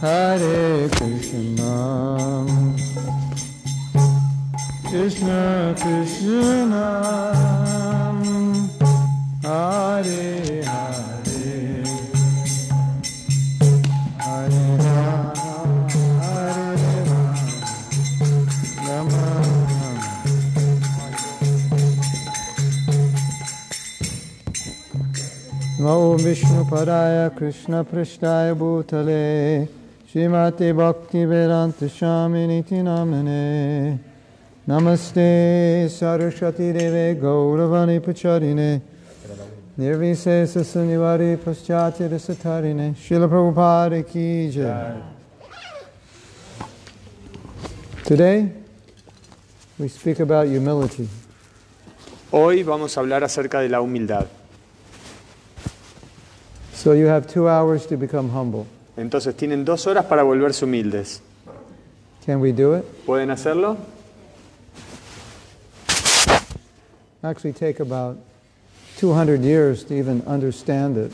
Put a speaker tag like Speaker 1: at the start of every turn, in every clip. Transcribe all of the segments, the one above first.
Speaker 1: Hare Krishna, Krishna Krishna, Hare Hare, Hare Rama, Hare Rama, Rama Rama. नमो विष्णुपराय कृष्णपृष्ठाय भूतले श्रीमते भक्तिवेदान्तस्वामिनिति नाम्ने नमस्ते सरस्वतीदेवे गौरवनिपचरिणे निर्विशेषनिवारे पश्चातिरसधारिणे शिलप्रभुपारि की जय Today, we speak about humility.
Speaker 2: Hoy vamos a hablar acerca de la humildad.
Speaker 1: So you have two hours to become humble.
Speaker 2: Entonces tienen dos horas para volverse humildes.
Speaker 1: Can we do it?
Speaker 2: ¿Pueden hacerlo?
Speaker 1: actually take about 200 years to even understand it.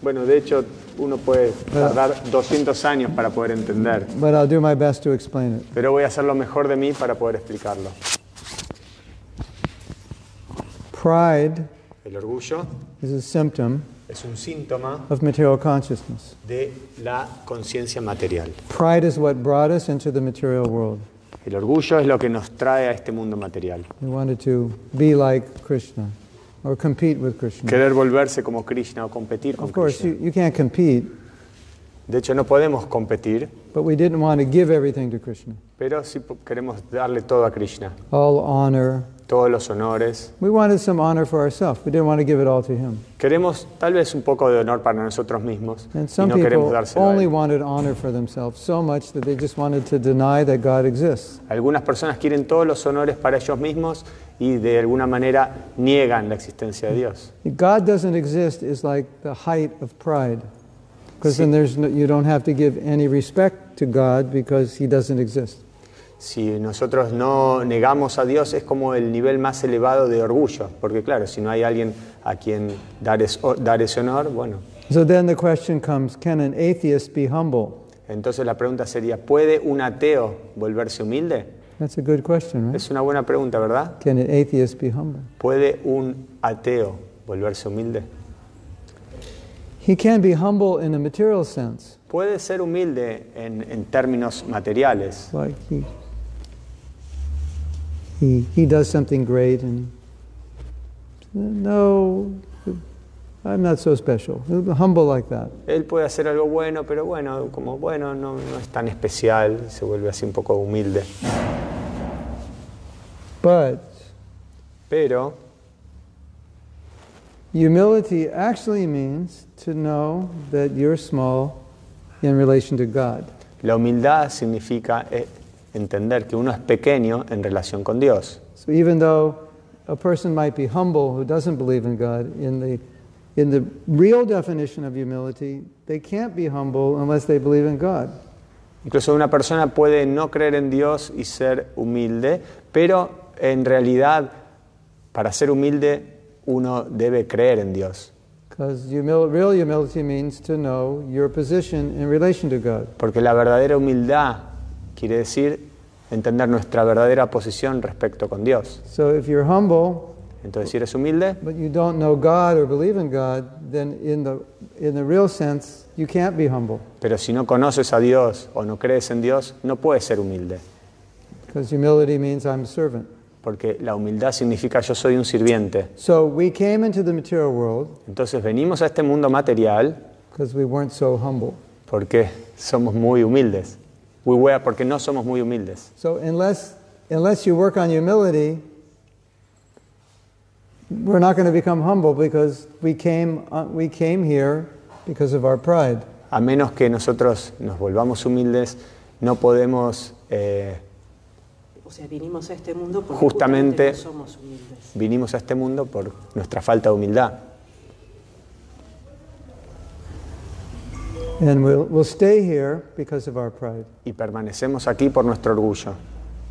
Speaker 2: Bueno, de hecho, uno puede tardar 200 años para poder entender,
Speaker 1: But I'll do my best to explain it.
Speaker 2: pero voy a hacer lo mejor de mí para poder explicarlo.
Speaker 1: Pride
Speaker 2: El orgullo
Speaker 1: is a symptom
Speaker 2: es un síntoma
Speaker 1: of material consciousness.
Speaker 2: de la conciencia material.
Speaker 1: Pride is what brought us into the material world.
Speaker 2: El orgullo es lo que nos trae a este mundo material.
Speaker 1: We wanted to be like Krishna or compete with Krishna.
Speaker 2: Querer volverse como Krishna o competir con
Speaker 1: Of course,
Speaker 2: Krishna.
Speaker 1: you, you can't compete,
Speaker 2: De hecho, no podemos competir,
Speaker 1: but we didn't want to give everything to Krishna.
Speaker 2: pero sí po- queremos darle todo a Krishna.
Speaker 1: All honor.
Speaker 2: Todos los honores,
Speaker 1: We wanted some honor for ourselves. We didn't want to give it all to him.
Speaker 2: Queremos tal vez un poco de honor para nosotros mismos
Speaker 1: And
Speaker 2: y
Speaker 1: some
Speaker 2: no queremos
Speaker 1: people
Speaker 2: dárselo. a
Speaker 1: only
Speaker 2: él.
Speaker 1: wanted honor for themselves so much that they just wanted to deny that God exists.
Speaker 2: Algunas personas quieren todos los honores para ellos mismos y de alguna manera niegan la existencia de Dios.
Speaker 1: If God doesn't exist is like the height of pride. Because then there's no, you don't have to give any respect to God because he doesn't exist.
Speaker 2: Si nosotros no negamos a Dios es como el nivel más elevado de orgullo, porque claro, si no hay alguien a quien dar, es- o- dar ese honor, bueno.
Speaker 1: So then the question comes can an atheist be humble?
Speaker 2: Entonces la pregunta sería, ¿puede un ateo volverse humilde?
Speaker 1: That's a good question, right?
Speaker 2: Es una buena pregunta, ¿verdad?
Speaker 1: Can an atheist be humble?
Speaker 2: ¿Puede un ateo volverse humilde?
Speaker 1: He can be humble in a material sense,
Speaker 2: Puede ser humilde en, en términos materiales.
Speaker 1: like he, he, he does something great and no, I'm not so special. Humble like that.
Speaker 2: Él puede hacer algo bueno, pero bueno, como bueno no, no es tan especial, se vuelve así un poco humilde.
Speaker 1: But
Speaker 2: Pero
Speaker 1: Humility actually means to know that you're small in relation to God.
Speaker 2: la humildad significa eh, entender que uno es pequeño en relación con Dios.
Speaker 1: So even though a person might be humble who doesn't believe in God, in the, in the real definition of humility, they can't be humble unless they believe in God.
Speaker 2: Incluso una persona puede no creer en Dios y ser humilde, pero en realidad para ser humilde uno debe creer en Dios.
Speaker 1: Because humil- real humility means to know your position in relation to God.
Speaker 2: Porque la verdadera humildad quiere decir entender nuestra verdadera posición respecto con Dios.
Speaker 1: So if you're humble,
Speaker 2: Entonces, si eres humilde,
Speaker 1: but you don't know God or believe in God, then in the, in the real sense, you can't be humble.
Speaker 2: Pero si no conoces a Dios o no crees en Dios, no puedes ser humilde,
Speaker 1: Because humility means I'm a servant.
Speaker 2: porque la humildad significa yo soy un sirviente.
Speaker 1: So we came into the material world
Speaker 2: Entonces venimos a este mundo material
Speaker 1: because we weren't so humble.
Speaker 2: porque somos muy humildes. We were porque no somos muy humildes.
Speaker 1: So unless unless you work on humility, we're not going to become humble because we came uh, we came here because of our pride.
Speaker 2: a menos que nosotros nos volvamos humildes, no podemos, eh,
Speaker 3: O sea, vinimos a este mundo porque
Speaker 2: Justamente-
Speaker 3: justamente no somos humildes.
Speaker 2: vinimos a este mundo por nuestra falta de humildad.
Speaker 1: And we'll, we'll stay here because of our pride.
Speaker 2: Y permanecemos aquí por nuestro orgullo.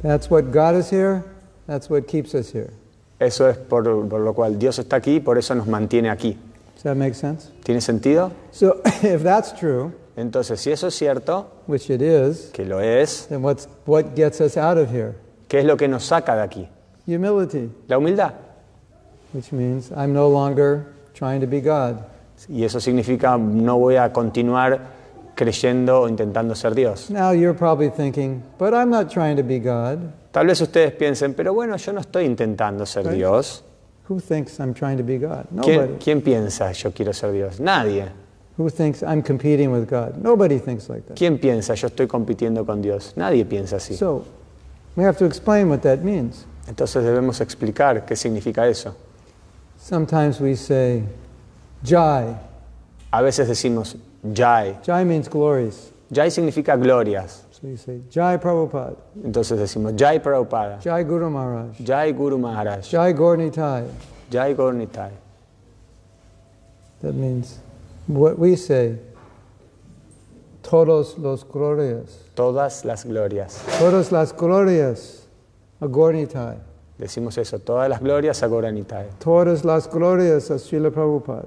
Speaker 1: That's what got us here. That's what keeps us here.
Speaker 2: Eso es por, por lo cual Dios está aquí y por eso nos mantiene aquí.
Speaker 1: Does that make sense?
Speaker 2: ¿Tiene sentido?
Speaker 1: So if that's true,
Speaker 2: Entonces, si eso es cierto,
Speaker 1: which it is,
Speaker 2: que lo es,
Speaker 1: then what's, what gets us out of here?
Speaker 2: ¿qué es lo que nos saca de aquí?
Speaker 1: Humility,
Speaker 2: La humildad.
Speaker 1: which means I'm no longer trying to be God.
Speaker 2: Y eso significa no voy a continuar creyendo o intentando ser Dios.
Speaker 1: Now you're probably thinking, but I'm not trying to be God.
Speaker 2: Tal vez ustedes piensen, pero bueno, yo no estoy intentando ser Dios.
Speaker 1: Who thinks I'm trying to be God?
Speaker 2: ¿Quién,
Speaker 1: Nobody.
Speaker 2: quién piensa yo quiero ser Dios? Nadie.
Speaker 1: Who thinks I'm competing with God? Nobody thinks like that.
Speaker 2: ¿Quién piensa yo estoy compitiendo con Dios? Nadie piensa así.
Speaker 1: So we have to explain what that means.
Speaker 2: Entonces debemos explicar qué significa eso.
Speaker 1: Sometimes we say, Jai.
Speaker 2: A veces decimos Jai.
Speaker 1: Jai means glories.
Speaker 2: Jai significa glorias.
Speaker 1: So you say, Jai Prabhupada,
Speaker 2: Entonces decimos Jai Prabhupada,
Speaker 1: Jai Guru Maharaj,
Speaker 2: Jai Guru Maharaj,
Speaker 1: Jai Gornitai.
Speaker 2: Jai Gornitai.
Speaker 1: That means what we say, todos los glorias.
Speaker 2: Todas las glorias.
Speaker 1: Todas las glorias a Gornitai.
Speaker 2: Decimos eso, todas las glorias a Goranitai.
Speaker 1: Todas las glorias a Srila Prabhupada.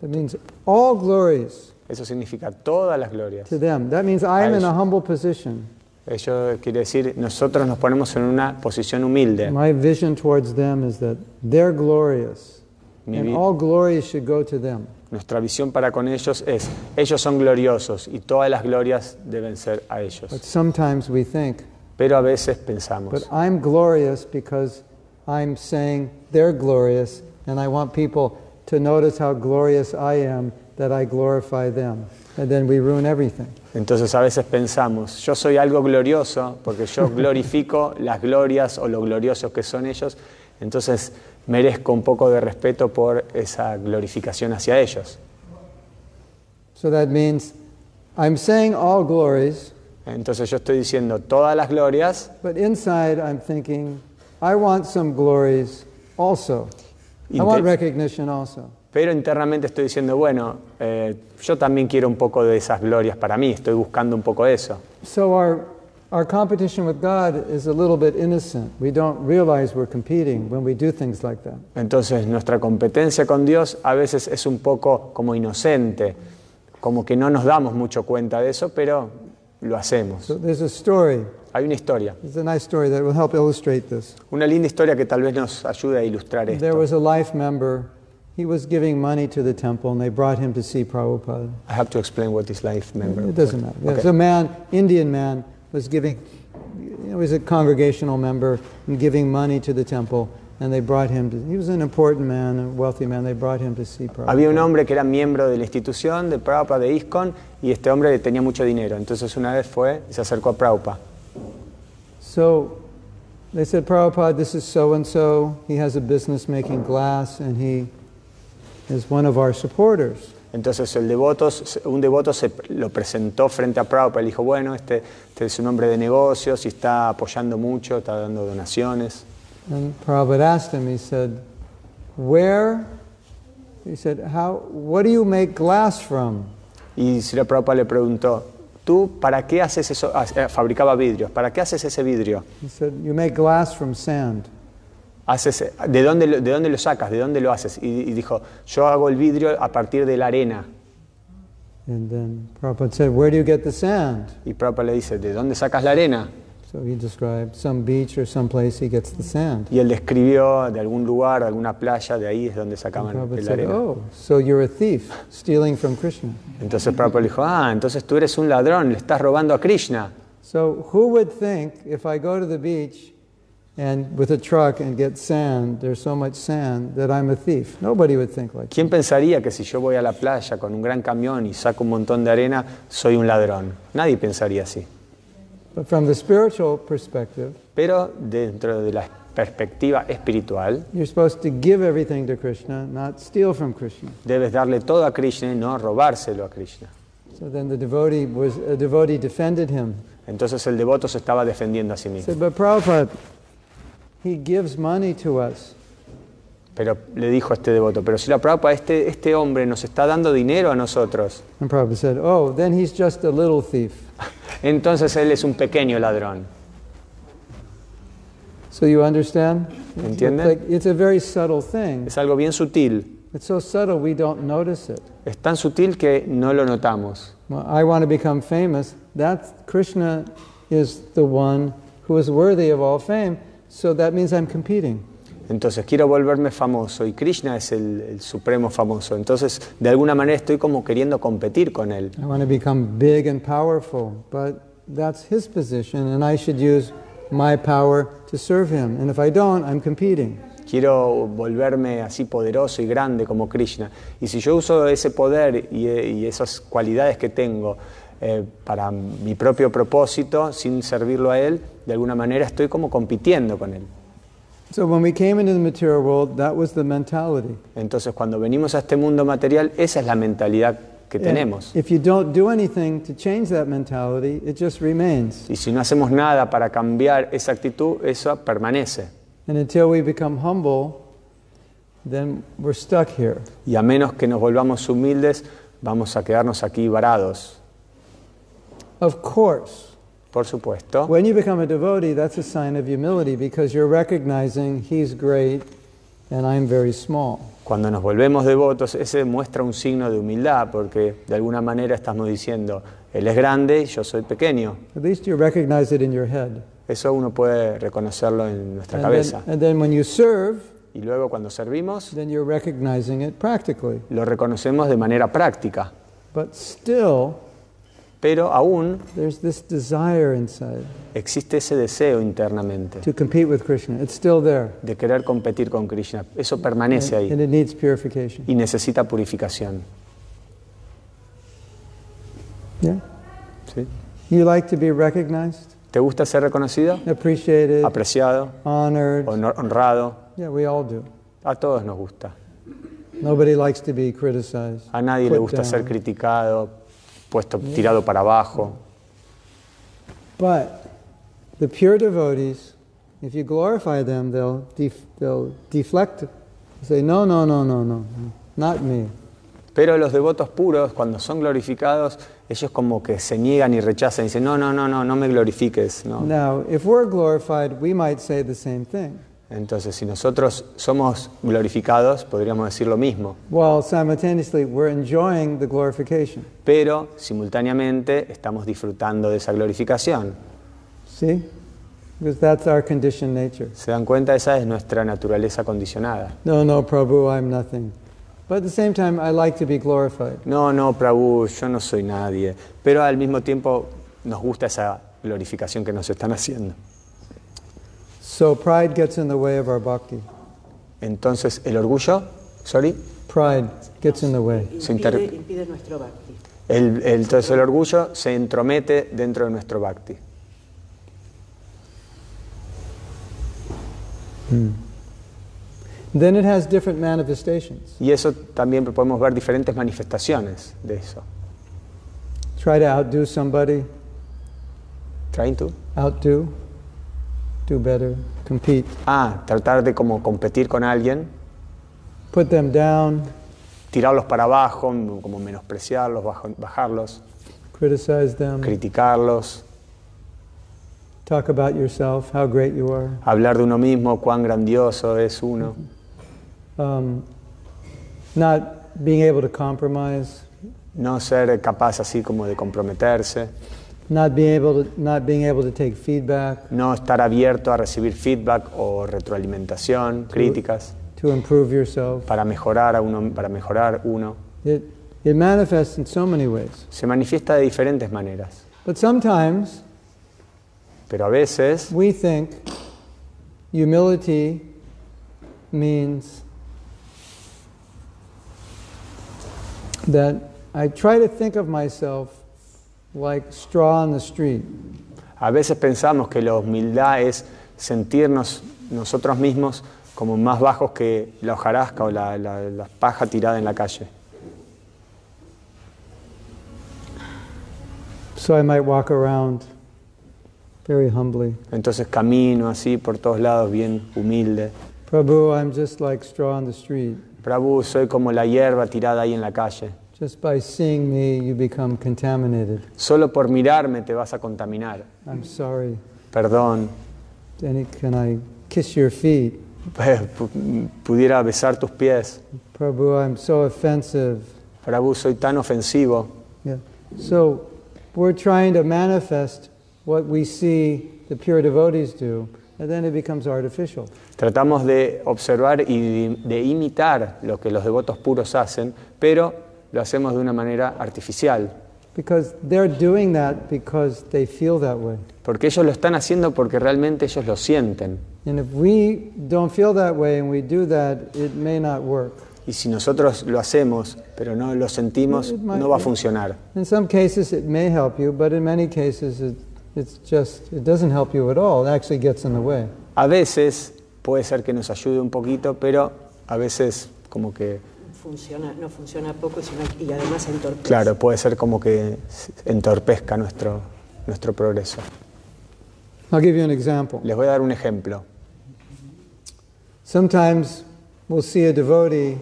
Speaker 1: That means all glories
Speaker 2: Eso significa todas las glorias.
Speaker 1: to them. That means I am in a
Speaker 2: Nice.
Speaker 1: humble position.
Speaker 2: Ello quiere decir, nosotros nos ponemos en una posición humilde.
Speaker 1: My vision towards them is that they're glorious.
Speaker 2: Mi
Speaker 1: and
Speaker 2: vi-
Speaker 1: all glories should go to them.
Speaker 2: Nuestra visión para con ellos es, ellos son gloriosos y todas las glorias deben ser a
Speaker 1: But
Speaker 2: ellos.
Speaker 1: sometimes we think,
Speaker 2: Pero a veces pensamos,
Speaker 1: but I'm glorious because I'm saying they're glorious, and I want people to notice how glorious I am that I glorify them. And then we ruin everything.
Speaker 2: entonces a veces pensamos, yo soy algo glorioso porque yo glorifico las glorias o lo gloriosos que son ellos, entonces merezco un poco de respeto por esa glorificación hacia ellos.
Speaker 1: So that means I'm saying all glories,
Speaker 2: Entonces yo estoy diciendo todas las glorias
Speaker 1: but inside I'm thinking, I want some glories also. I want
Speaker 2: Inte-
Speaker 1: recognition also.
Speaker 2: Pero internamente estoy diciendo, bueno, eh, yo también quiero un poco de esas glorias para mí, estoy buscando un poco eso.
Speaker 1: So our, our competition with God is a little bit innocent. We don't realize we're competing when we do things like that.
Speaker 2: Entonces nuestra competencia con Dios a veces es un poco como inocente, como que no nos damos mucho cuenta de eso, pero lo hacemos.
Speaker 1: So there's a story.
Speaker 2: Hay una historia,
Speaker 1: It's a nice story that will help illustrate this.
Speaker 2: una linda historia que tal vez nos ayude a ilustrar
Speaker 1: There
Speaker 2: esto.
Speaker 1: was a life member. He was giving money to the temple, and they brought him to see Prabhupada.
Speaker 2: I have to explain what is life member.
Speaker 1: It doesn't matter. Yeah,
Speaker 2: Okay.
Speaker 1: So a man, Indian man, was giving, you know, he was a congregational member and giving money to the temple, and they brought him to, he was an important man, a wealthy man, they brought him to see Prabhupada.
Speaker 2: Había un hombre que era miembro de la institución de Prabhupada de ISKCON y este hombre tenía mucho dinero. Entonces una vez fue y se acercó a Prabhupada.
Speaker 1: So they said, Prabhupada, this is so and so. He has a business making glass, and he is one of our supporters.
Speaker 2: Entonces el devoto, un devoto se lo presentó frente a Prabhupada y le dijo, bueno, este, este es un hombre de negocios y está apoyando mucho, está dando donaciones.
Speaker 1: And Prabhupada asked him, he said, Where? He said, How, what do you make glass from?
Speaker 2: Y Sri Prabhupada le preguntó, ¿tú para qué haces eso? Ah, eh, fabricaba vidrios, ¿para qué haces ese vidrio?
Speaker 1: He said, You make glass from sand.
Speaker 2: Haces, ¿de, dónde, lo- ¿De dónde lo sacas? ¿De dónde lo haces? Y, y dijo, yo hago el vidrio a partir de la arena.
Speaker 1: And then Prabhupada said, Where do you get the sand?
Speaker 2: Y Prabhupada le dice, ¿de dónde sacas la arena?
Speaker 1: So he described some beach or some place he gets the sand.
Speaker 2: Y él describió de algún lugar, de alguna playa, de ahí es donde sacaban
Speaker 1: Prabhupada
Speaker 2: la
Speaker 1: said,
Speaker 2: arena.
Speaker 1: Oh, so you're a thief stealing from Krishna.
Speaker 2: Entonces Prabhupada le dijo, ah, entonces tú eres un ladrón, le estás robando a Krishna.
Speaker 1: So who would think if I go to the beach and with a truck and get sand, there's so much sand that I'm a thief? Nobody would think like that.
Speaker 2: ¿Quién pensaría que si yo voy a la playa con un gran camión y saco un montón de arena, soy un ladrón? Nadie pensaría así.
Speaker 1: But from the spiritual perspective,
Speaker 2: Pero dentro de la perspectiva espiritual,
Speaker 1: you're supposed to give everything to Krishna, not steal from Krishna.
Speaker 2: debes darle todo a Krishna y no robárselo a Krishna.
Speaker 1: So then the devotee was a devotee defended him.
Speaker 2: Entonces el devoto se estaba defendiendo a sí
Speaker 1: He
Speaker 2: mismo.
Speaker 1: said, but Prabhupada, he gives money to us.
Speaker 2: Pero le dijo a este devoto, pero si la Prabhupada, este, este hombre nos está dando dinero a nosotros,
Speaker 1: And Prabhupada said, oh, then he's just a little thief.
Speaker 2: entonces él es un pequeño ladrón.
Speaker 1: So you understand?
Speaker 2: Entiende?
Speaker 1: It's, like, it's a very subtle thing.
Speaker 2: Es algo bien sutil.
Speaker 1: It's so subtle we don't notice it.
Speaker 2: Es tan sutil que no lo notamos.
Speaker 1: Well, I want to become famous. That's Krishna is the one who is worthy of all fame. So that means I'm competing.
Speaker 2: Entonces quiero volverme famoso y Krishna es el, el supremo famoso. Entonces de alguna manera estoy como queriendo competir con él.
Speaker 1: I want to become big and powerful, but that's his position, and I should use my power to serve him. And if I don't, I'm competing.
Speaker 2: Quiero volverme así poderoso y grande como Krishna. Y si yo uso ese poder y, y esas cualidades que tengo eh, para mi propio propósito, sin servirlo a Él, de alguna manera estoy como compitiendo con Él.
Speaker 1: So when we came into the material world, that was the mentality.
Speaker 2: Entonces cuando venimos a este mundo material, esa es la mentalidad que
Speaker 1: And
Speaker 2: tenemos.
Speaker 1: if you don't do anything to change that mentality, it just remains.
Speaker 2: Y si no hacemos nada para cambiar esa actitud, eso permanece.
Speaker 1: And until we become humble, then we're stuck here.
Speaker 2: Y a menos que nos volvamos humildes, vamos a quedarnos aquí varados.
Speaker 1: Of course,
Speaker 2: Por supuesto.
Speaker 1: when you become a devotee, that's a sign of humility because you're recognizing he's great and I'm very small.
Speaker 2: Cuando nos volvemos devotos, ese muestra un signo de humildad, porque de alguna manera estamos diciendo, Él es grande, yo soy pequeño.
Speaker 1: At least you recognize it in your head.
Speaker 2: Eso uno puede reconocerlo en nuestra
Speaker 1: And then,
Speaker 2: cabeza.
Speaker 1: and then when you serve,
Speaker 2: Y luego cuando servimos,
Speaker 1: then you're recognizing it practically.
Speaker 2: lo reconocemos de manera práctica.
Speaker 1: But still,
Speaker 2: Pero aún
Speaker 1: there's this desire inside
Speaker 2: existe ese deseo internamente
Speaker 1: to compete with Krishna. It's still there.
Speaker 2: de querer competir con Krishna. Eso permanece ahí
Speaker 1: And it needs purification.
Speaker 2: y necesita purificación.
Speaker 1: Yeah?
Speaker 2: ¿sí?
Speaker 1: You like to be recognized,
Speaker 2: ¿Te gusta ser reconocido?
Speaker 1: appreciated,
Speaker 2: Apreciado,
Speaker 1: honored.
Speaker 2: honor- honrado.
Speaker 1: Yeah, we all do.
Speaker 2: A todos nos gusta.
Speaker 1: Nobody likes to be criticized.
Speaker 2: A nadie le
Speaker 1: put
Speaker 2: gusta ser
Speaker 1: down.
Speaker 2: criticado, puesto tirado para abajo.
Speaker 1: But the pure devotees, if you glorify them, they'll, def- they'll deflect, say, no, no, no, no, no, not me.
Speaker 2: Pero los devotos puros, cuando son glorificados, ellos como que se niegan y rechazan y dicen, no, no, no, no, no me glorifiques. No.
Speaker 1: Now, if we're glorified, we might say the same thing,
Speaker 2: Entonces, si nosotros somos glorificados, podríamos decir lo mismo.
Speaker 1: while simultaneously we're enjoying the glorification.
Speaker 2: Pero simultáneamente estamos disfrutando de esa glorificación.
Speaker 1: See? Because that's our conditioned nature.
Speaker 2: ¿Se dan cuenta? Esa es nuestra naturaleza condicionada.
Speaker 1: No, no, Prabhu, I'm nothing. But at the same time, I like to be glorified.
Speaker 2: No, no, Prabhu, yo no soy nadie. Pero al mismo tiempo nos gusta esa glorificación que nos están haciendo.
Speaker 1: So pride gets in the way of our bhakti.
Speaker 2: Entonces, el orgullo, sorry,
Speaker 1: Pride gets in the way.
Speaker 2: Se
Speaker 3: Impide,
Speaker 2: inter-
Speaker 3: impide nuestro bhakti.
Speaker 2: el, el- entonces el orgullo se entromete dentro de nuestro bhakti.
Speaker 1: Then it has different manifestations.
Speaker 2: Y eso también podemos ver diferentes manifestaciones de eso.
Speaker 1: Try to outdo somebody,
Speaker 2: Trying to.
Speaker 1: outdo, do better, compete,
Speaker 2: Ah, tratar de como competir con alguien,
Speaker 1: put them down,
Speaker 2: tirarlos para abajo, como menospreciarlos, bajo- bajarlos,
Speaker 1: criticize them,
Speaker 2: criticarlos,
Speaker 1: talk about yourself, how great you are.
Speaker 2: hablar de uno mismo, cuán grandioso es uno,
Speaker 1: um, not being able to compromise,
Speaker 2: no ser capaz así como de comprometerse,
Speaker 1: not being able to not being able to take feedback,
Speaker 2: no estar abierto a recibir feedback o retroalimentación, críticas.
Speaker 1: to improve yourself.
Speaker 2: para mejorar a uno, para mejorar uno.
Speaker 1: It it manifests in so many ways.
Speaker 2: Se manifiesta de diferentes maneras,
Speaker 1: But sometimes
Speaker 2: pero a veces
Speaker 1: we think humility means that I try to think of myself like straw on the street.
Speaker 2: a veces pensamos que la humildad es sentirnos nosotros mismos como más bajos que la hojarasca o la, la- la paja tirada en la calle.
Speaker 1: So I might walk around very humbly.
Speaker 2: Entonces camino así por todos lados, bien humilde.
Speaker 1: Prabhu, I'm just like straw on the street.
Speaker 2: Prabhu, soy como la hierba tirada ahí en la calle.
Speaker 1: Just by seeing me, you become contaminated.
Speaker 2: Solo por mirarme te vas a contaminar.
Speaker 1: I'm sorry.
Speaker 2: Perdón.
Speaker 1: Any, can I kiss your feet?
Speaker 2: Pu- Pudiera besar tus pies.
Speaker 1: Prabhu, I'm so offensive.
Speaker 2: Prabhu, soy tan ofensivo.
Speaker 1: Yeah. So we're trying to manifest what we see the pure devotees do, and then it becomes artificial.
Speaker 2: Tratamos de observar y de- de imitar lo que los devotos puros hacen, pero lo hacemos de una manera artificial.
Speaker 1: Because they're doing that because they feel that way.
Speaker 2: Porque ellos lo están haciendo porque realmente ellos lo sienten.
Speaker 1: And if we don't feel that way and we do that, it may not work.
Speaker 2: Y si nosotros lo hacemos, pero no lo sentimos, no va a funcionar.
Speaker 1: In some cases, it may help you, but in many cases, it, it's just, it doesn't help you at all. It actually gets in the way.
Speaker 2: A veces puede ser que nos ayude un poquito, pero a veces como que,
Speaker 3: Funciona, no funciona poco sino, y además entorpece.
Speaker 2: claro, puede ser como que entorpezca nuestro, nuestro progreso.
Speaker 1: I'll give you an example.
Speaker 2: Les voy a dar un ejemplo.
Speaker 1: Sometimes we'll see a devotee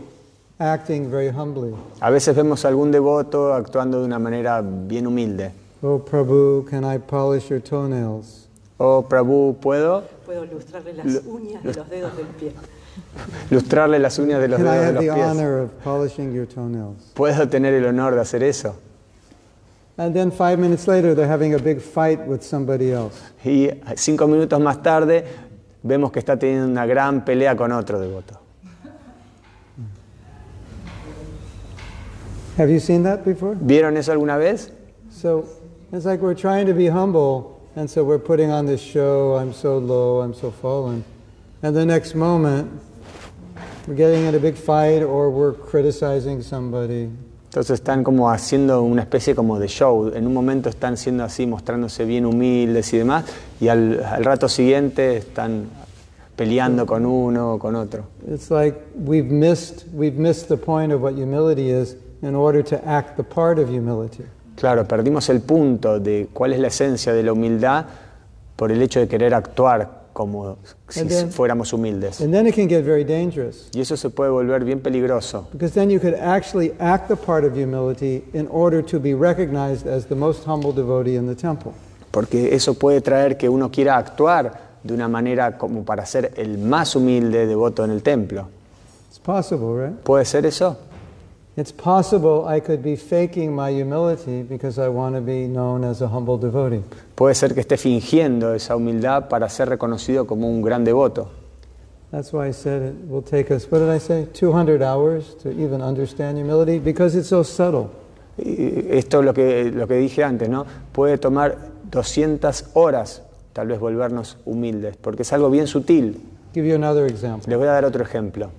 Speaker 1: acting very humbly.
Speaker 2: A veces vemos a algún devoto actuando de una manera bien humilde.
Speaker 1: Oh, Prabhu, can I polish your toenails?
Speaker 2: Oh, Prabhu, ¿puedo
Speaker 3: Puedo ilustrarle las
Speaker 2: Lo-
Speaker 3: uñas de los dedos del pie.
Speaker 2: lustrarle las uñas de los
Speaker 1: Can I
Speaker 2: dedos de
Speaker 1: have the
Speaker 2: los pies?
Speaker 1: honor of polishing your toenails?
Speaker 2: ¿Puedo tener el honor de hacer eso?
Speaker 1: And then five minutes later, they're having a big fight with somebody else.
Speaker 2: Y cinco minutos más tarde vemos que está teniendo una gran pelea con otro devoto.
Speaker 1: Have you seen that before?
Speaker 2: ¿Vieron eso alguna vez?
Speaker 1: So it's like we're trying to be humble, and so we're putting on this show I'm so low, I'm so fallen. And the next moment, we're getting in a big fight or we're criticizing somebody.
Speaker 2: Entonces están como haciendo una especie como de show. En un momento están siendo así, mostrándose bien humildes y demás, y al, al rato siguiente están peleando con uno o con otro.
Speaker 1: It's like we've missed, we've missed the point of what humility is in order to act the part of humility.
Speaker 2: Claro, perdimos el punto de cuál es la esencia de la humildad por el hecho de querer actuar como si
Speaker 1: Entonces-
Speaker 2: fuéramos humildes.
Speaker 1: And then it can get very dangerous
Speaker 2: Y eso se puede volver bien peligroso,
Speaker 1: because then you could actually act the part of humility in order to be recognized as the most humble devotee in the temple.
Speaker 2: porque eso puede traer que uno quiera actuar de una manera como para ser el más humilde devoto en el templo.
Speaker 1: It's possible, right?
Speaker 2: ¿Puede ser eso?
Speaker 1: It's possible I could be faking my humility because I want to be known as a humble devotee.
Speaker 2: Puede ser que esté fingiendo esa humildad para ser reconocido como un gran devoto.
Speaker 1: That's why I said it will take us, what did I say, 200 hours to even understand humility because it's so subtle.
Speaker 2: Y esto es lo que, lo que dije antes, ¿no? Puede tomar 200 horas tal vez volvernos humildes, porque es algo bien sutil.
Speaker 1: Give you another example.
Speaker 2: Les voy a dar otro ejemplo.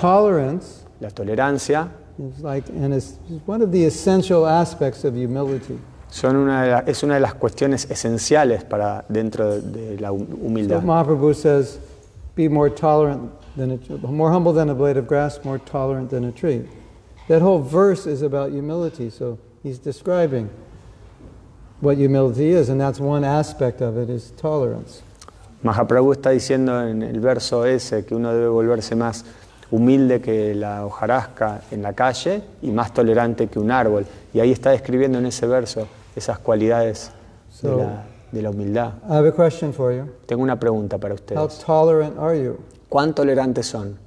Speaker 1: Tolerance
Speaker 2: La tolerancia
Speaker 1: is like, and is is one of the essential aspects of humility.
Speaker 2: son una de la- es una de las cuestiones esenciales para dentro de la hum-
Speaker 1: So
Speaker 2: humildad.
Speaker 1: Mahaprabhu says, be more tolerant than a tr- more humble than a blade of grass, more tolerant than a tree. That whole verse is about humility, so he's describing what humility is, and that's one aspect of it is tolerance.
Speaker 2: Mahaprabhu está diciendo en el verso ese que uno debe volverse más humilde que la hojarasca en la calle y más tolerante que un árbol. Y ahí está describiendo en ese verso esas cualidades de
Speaker 1: So-
Speaker 2: la, de la humildad.
Speaker 1: I have a question for you.
Speaker 2: Tengo una pregunta para
Speaker 1: How
Speaker 2: ustedes.
Speaker 1: tolerant are you?
Speaker 2: ¿Cuán tolerantes son?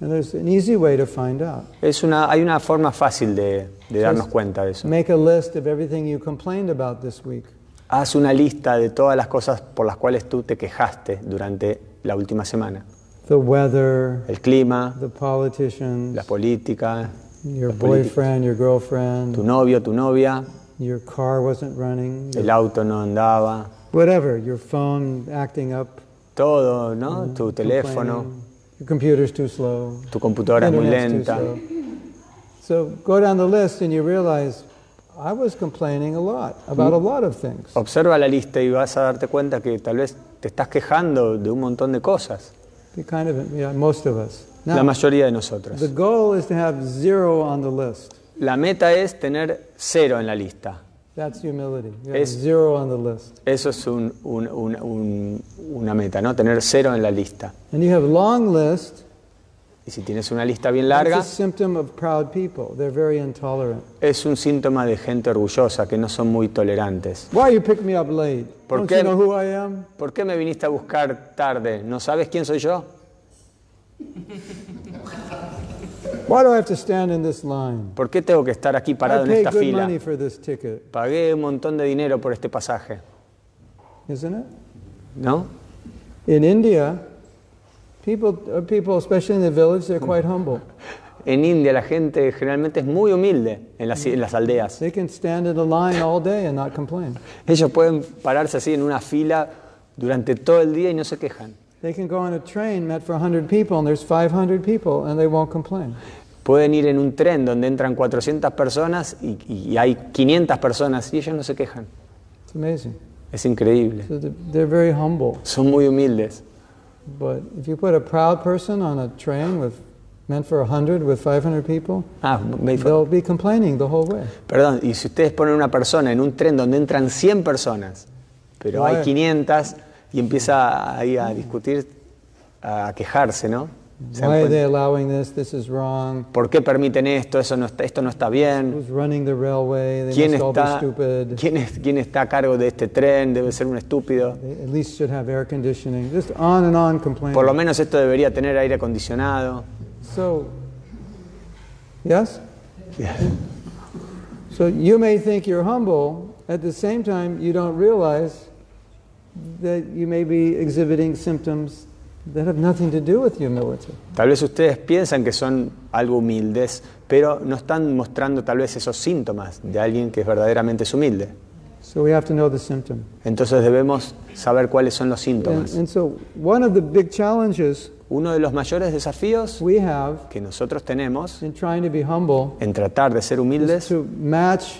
Speaker 1: And there's an easy way to find out.
Speaker 2: Es una, hay una forma fácil de, de darnos
Speaker 1: Just-
Speaker 2: cuenta de eso.
Speaker 1: Make a list of everything you complained about this week.
Speaker 2: Haz una lista de todas las cosas por las cuales tú te quejaste durante la última semana.
Speaker 1: The weather,
Speaker 2: El clima,
Speaker 1: the politicians,
Speaker 2: la política,
Speaker 1: your
Speaker 2: las políticas.
Speaker 1: boyfriend, your girlfriend,
Speaker 2: tu novio, tu novia,
Speaker 1: your car wasn't running, your
Speaker 2: el auto no andaba,
Speaker 1: whatever, your phone acting up,
Speaker 2: todo,
Speaker 1: Mm-hmm.
Speaker 2: ¿no? Tu teléfono,
Speaker 1: complaining, your computer's too slow,
Speaker 2: tu computadora es muy
Speaker 1: internet's
Speaker 2: lenta.
Speaker 1: too slow. So go down the list and you realize I was complaining a lot about
Speaker 2: Mm-hmm.
Speaker 1: a lot of things.
Speaker 2: Observa la lista y vas a darte cuenta que tal vez te estás quejando de un montón de cosas,
Speaker 1: We kind of, yeah, most of us.
Speaker 2: la
Speaker 1: Now,
Speaker 2: mayoría de
Speaker 1: the
Speaker 2: nosotros.
Speaker 1: goal is to have zero on the list.
Speaker 2: la meta es tener cero en la lista.
Speaker 1: That's humility. You have
Speaker 2: Es-
Speaker 1: zero on the list.
Speaker 2: Eso es un- un- un- un- una meta, ¿no? Tener cero en la lista.
Speaker 1: And you have long list.
Speaker 2: Y si tienes una lista bien
Speaker 1: That's
Speaker 2: larga,
Speaker 1: a symptom of proud people. They're very intolerant.
Speaker 2: es un síntoma de gente orgullosa, que no son muy tolerantes.
Speaker 1: Why you pick me up late?
Speaker 2: Por
Speaker 1: Don't
Speaker 2: qué-
Speaker 1: you know who I am?
Speaker 2: ¿Por qué me viniste a buscar tarde? ¿No sabes quién soy yo?
Speaker 1: Why do I have to stand in this line?
Speaker 2: ¿Por qué tengo que estar aquí
Speaker 1: I
Speaker 2: parado en
Speaker 1: paid
Speaker 2: esta
Speaker 1: good
Speaker 2: fila?
Speaker 1: money for this ticket,
Speaker 2: Pagué un montón de dinero por este pasaje,
Speaker 1: isn't it?
Speaker 2: ¿no?
Speaker 1: In India, people, uh, people, especially in the village, they're quite humble.
Speaker 2: En India la gente generalmente es muy humilde en las, en las aldeas.
Speaker 1: They can stand in a line all day and not complain.
Speaker 2: Ellos pueden pararse así en una fila durante todo el día y no se quejan.
Speaker 1: They can go on a train meant for 100 people and there's 500 people and they won't complain.
Speaker 2: Pueden ir en un tren donde entran 400 personas y, y hay 500 personas y ellos no se quejan.
Speaker 1: It's amazing.
Speaker 2: Es increíble.
Speaker 1: So th- they're very humble.
Speaker 2: Son muy humildes.
Speaker 1: But if you put a proud person on a train with meant for 100 with 500 people,
Speaker 2: Ah, me-
Speaker 1: they'll be complaining the whole way.
Speaker 2: perdón, y si ustedes ponen una persona en un tren donde entran 100 personas, pero hay
Speaker 1: Bueno.
Speaker 2: 500 y empieza ahí a discutir, a quejarse, ¿no? ¿Se dan
Speaker 1: Why are
Speaker 2: cuenta?
Speaker 1: they allowing this? This is wrong.
Speaker 2: ¿Por qué permiten esto? Eso no está, esto no está bien.
Speaker 1: Who's running the railway? They
Speaker 2: ¿Quién
Speaker 1: must all be
Speaker 2: está,
Speaker 1: stupid.
Speaker 2: quién, es- ¿Quién está a cargo de este tren? Debe ser un estúpido.
Speaker 1: They at least should have air conditioning. Just on and on
Speaker 2: Por lo
Speaker 1: complaining.
Speaker 2: menos esto debería tener aire acondicionado.
Speaker 1: So, yes? So you may think you're humble, at the same time, you don't realize that you may be exhibiting symptoms that have nothing to do with humility.
Speaker 2: Tal vez ustedes piensan que son algo humildes, pero no están mostrando tal vez esos síntomas de alguien que es verdaderamente es humilde.
Speaker 1: So we have to know the symptom.
Speaker 2: Entonces debemos saber cuáles son los
Speaker 1: And,
Speaker 2: síntomas.
Speaker 1: and so, one of the big challenges
Speaker 2: Uno de los mayores desafíos
Speaker 1: we have
Speaker 2: que nosotros tenemos
Speaker 1: in trying to be humble
Speaker 2: en tratar de ser
Speaker 1: is
Speaker 2: humildes
Speaker 1: to match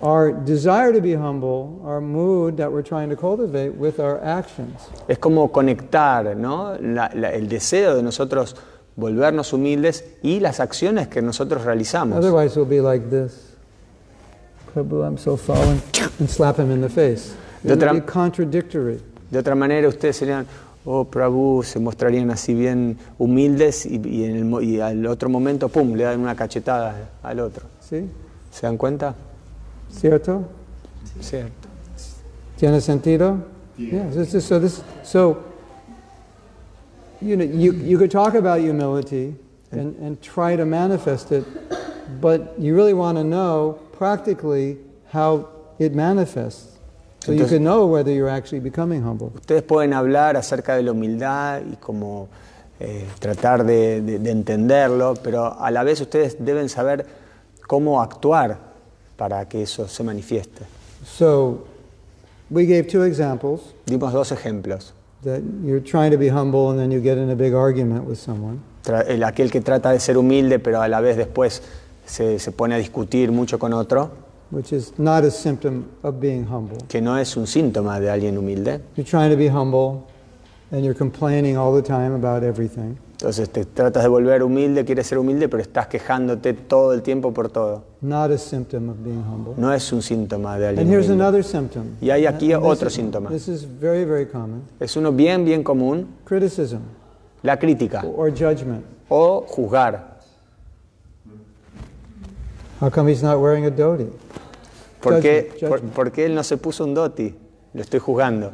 Speaker 1: our desire to be humble, our mood that we're trying to cultivate, with our actions.
Speaker 2: es como conectar ¿no? La- la- el deseo de nosotros volvernos humildes y las acciones que nosotros realizamos.
Speaker 1: Otherwise, we'll be like this. Prabhu, I'm so fallen. And slap him in the face.
Speaker 2: The
Speaker 1: It would be
Speaker 2: Trump-
Speaker 1: contradictory.
Speaker 2: De otra manera, ustedes serían, oh Prabhu, se mostrarían así bien humildes y, y en el mo- y al otro momento, pum, le dan una cachetada al otro.
Speaker 1: ¿Sí?
Speaker 2: ¿Se dan cuenta?
Speaker 1: ¿Cierto?
Speaker 2: Cierto.
Speaker 1: ¿Tiene sentido? Yeah. This is, so this, so, you know, you, you could talk about humility and, and try to manifest it, but you really want to know practically how it manifests. So you
Speaker 2: Entonces-
Speaker 1: can know whether you're actually becoming humble.
Speaker 2: Ustedes pueden hablar acerca de la humildad y como eh, tratar de, de- de entenderlo, pero a la vez ustedes deben saber cómo actuar para que eso se manifieste.
Speaker 1: So we gave two examples.
Speaker 2: Dimos dos ejemplos.
Speaker 1: that you're trying to be humble and then you get in a big argument with someone.
Speaker 2: Tra- el- aquel que trata de ser humilde, pero a la vez después se, se pone a discutir mucho con otro,
Speaker 1: Which is not a symptom of being humble.
Speaker 2: que no es un síntoma de alguien humilde.
Speaker 1: You're trying to be humble and you're complaining all the time about everything.
Speaker 2: Entonces te tratas de volver humilde, quieres ser humilde, pero estás quejándote todo el tiempo por todo.
Speaker 1: Not a symptom of being humble.
Speaker 2: No es un síntoma de alguien
Speaker 1: And here's
Speaker 2: humilde.
Speaker 1: another symptom.
Speaker 2: Y hay aquí
Speaker 1: And this
Speaker 2: otro
Speaker 1: is-
Speaker 2: síntoma.
Speaker 1: This is very, very common.
Speaker 2: Es uno bien, bien común,
Speaker 1: Criticism
Speaker 2: la crítica
Speaker 1: or judgment.
Speaker 2: o juzgar.
Speaker 1: How come he's not wearing a dhoti?
Speaker 2: ¿Por qué,
Speaker 1: Judgment,
Speaker 2: por,
Speaker 1: judgment.
Speaker 2: por qué él no se puso un doti? Lo estoy juzgando.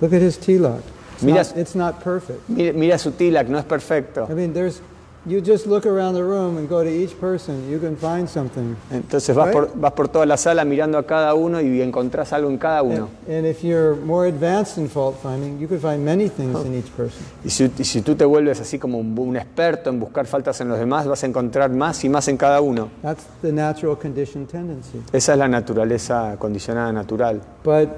Speaker 1: Look at his tilak. It's
Speaker 2: Mira-
Speaker 1: not, it's not perfect.
Speaker 2: Mira, mira su tilak, no es perfecto.
Speaker 1: I mean, there's, you just look around the room and go to each person, you can find something.
Speaker 2: Entonces vas por, vas por toda la sala mirando a cada uno y encontrás algo en cada uno.
Speaker 1: And, and if you're more advanced in fault finding, you could find many things in each person.
Speaker 2: Y si, y si tú te vuelves así como un, un experto en buscar faltas en los demás, vas a encontrar más y más en cada uno.
Speaker 1: That's the natural conditioned tendency.
Speaker 2: Esa es la naturaleza condicionada natural.
Speaker 1: But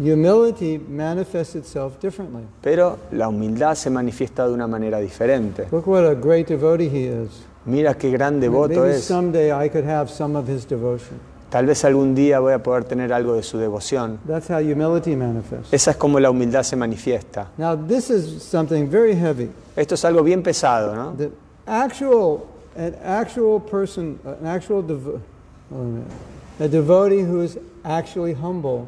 Speaker 1: humility manifests itself differently.
Speaker 2: Pero la humildad se manifiesta de una manera diferente.
Speaker 1: Look what a great devotee he is.
Speaker 2: Mira qué gran devoto
Speaker 1: Maybe
Speaker 2: es.
Speaker 1: someday I could have some of his devotion.
Speaker 2: Tal vez algún día voy a poder tener algo de su devoción.
Speaker 1: That's how humility manifests.
Speaker 2: Esa es como la humildad se manifiesta.
Speaker 1: Now, this is something very heavy.
Speaker 2: Esto es algo bien pesado, ¿no?
Speaker 1: The actual an actual person, an actual devo- hold on a, minute. a devotee who is actually humble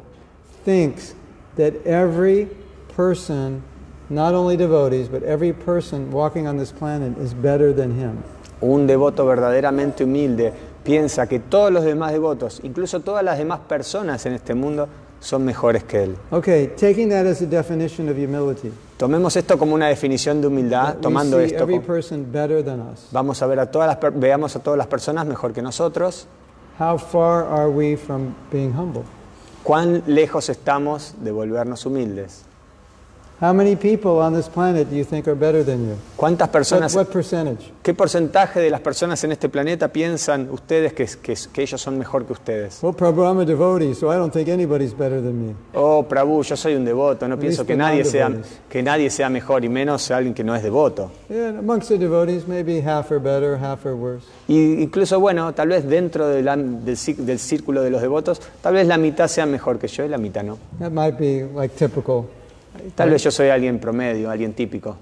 Speaker 1: thinks that every person, not only devotees, but every person walking on this planet is better than him.
Speaker 2: Un devoto verdaderamente humilde piensa que todos los demás devotos, incluso todas las demás personas en este mundo, son mejores que él.
Speaker 1: Okay, taking that as a definition of humility,
Speaker 2: Tomemos esto como una definición de humildad,
Speaker 1: we
Speaker 2: Ah, tomando
Speaker 1: see
Speaker 2: esto
Speaker 1: every
Speaker 2: como,
Speaker 1: person better than us.
Speaker 2: vamos a ver a todas las per- veamos a todas las personas mejor que nosotros.
Speaker 1: How far are we from being humble?
Speaker 2: ¿Cuán lejos estamos de volvernos humildes?
Speaker 1: How many people on this planet do you think are better than you?
Speaker 2: ¿Cuántas
Speaker 1: What,
Speaker 2: personas,
Speaker 1: what percentage?
Speaker 2: qué porcentaje de las personas en este planeta piensan ustedes que, que- que ellos son mejor que ustedes?
Speaker 1: Well, Prabhu, I'm a devotee, so I don't think anybody's better than me.
Speaker 2: Oh, Prabhu, yo soy un devoto, no pienso que
Speaker 1: least we're
Speaker 2: nadie,
Speaker 1: not
Speaker 2: sea,
Speaker 1: devotees.
Speaker 2: que nadie sea mejor y menos alguien que no es devoto.
Speaker 1: Yeah, and amongst the devotees, maybe half are better, half are worse.
Speaker 2: Y incluso, bueno, tal vez dentro de la- del, cí- del círculo de los devotos, tal vez la mitad sea mejor que yo y la mitad no.
Speaker 1: That might be like typical.
Speaker 2: Tal vez yo soy alguien promedio, alguien típico.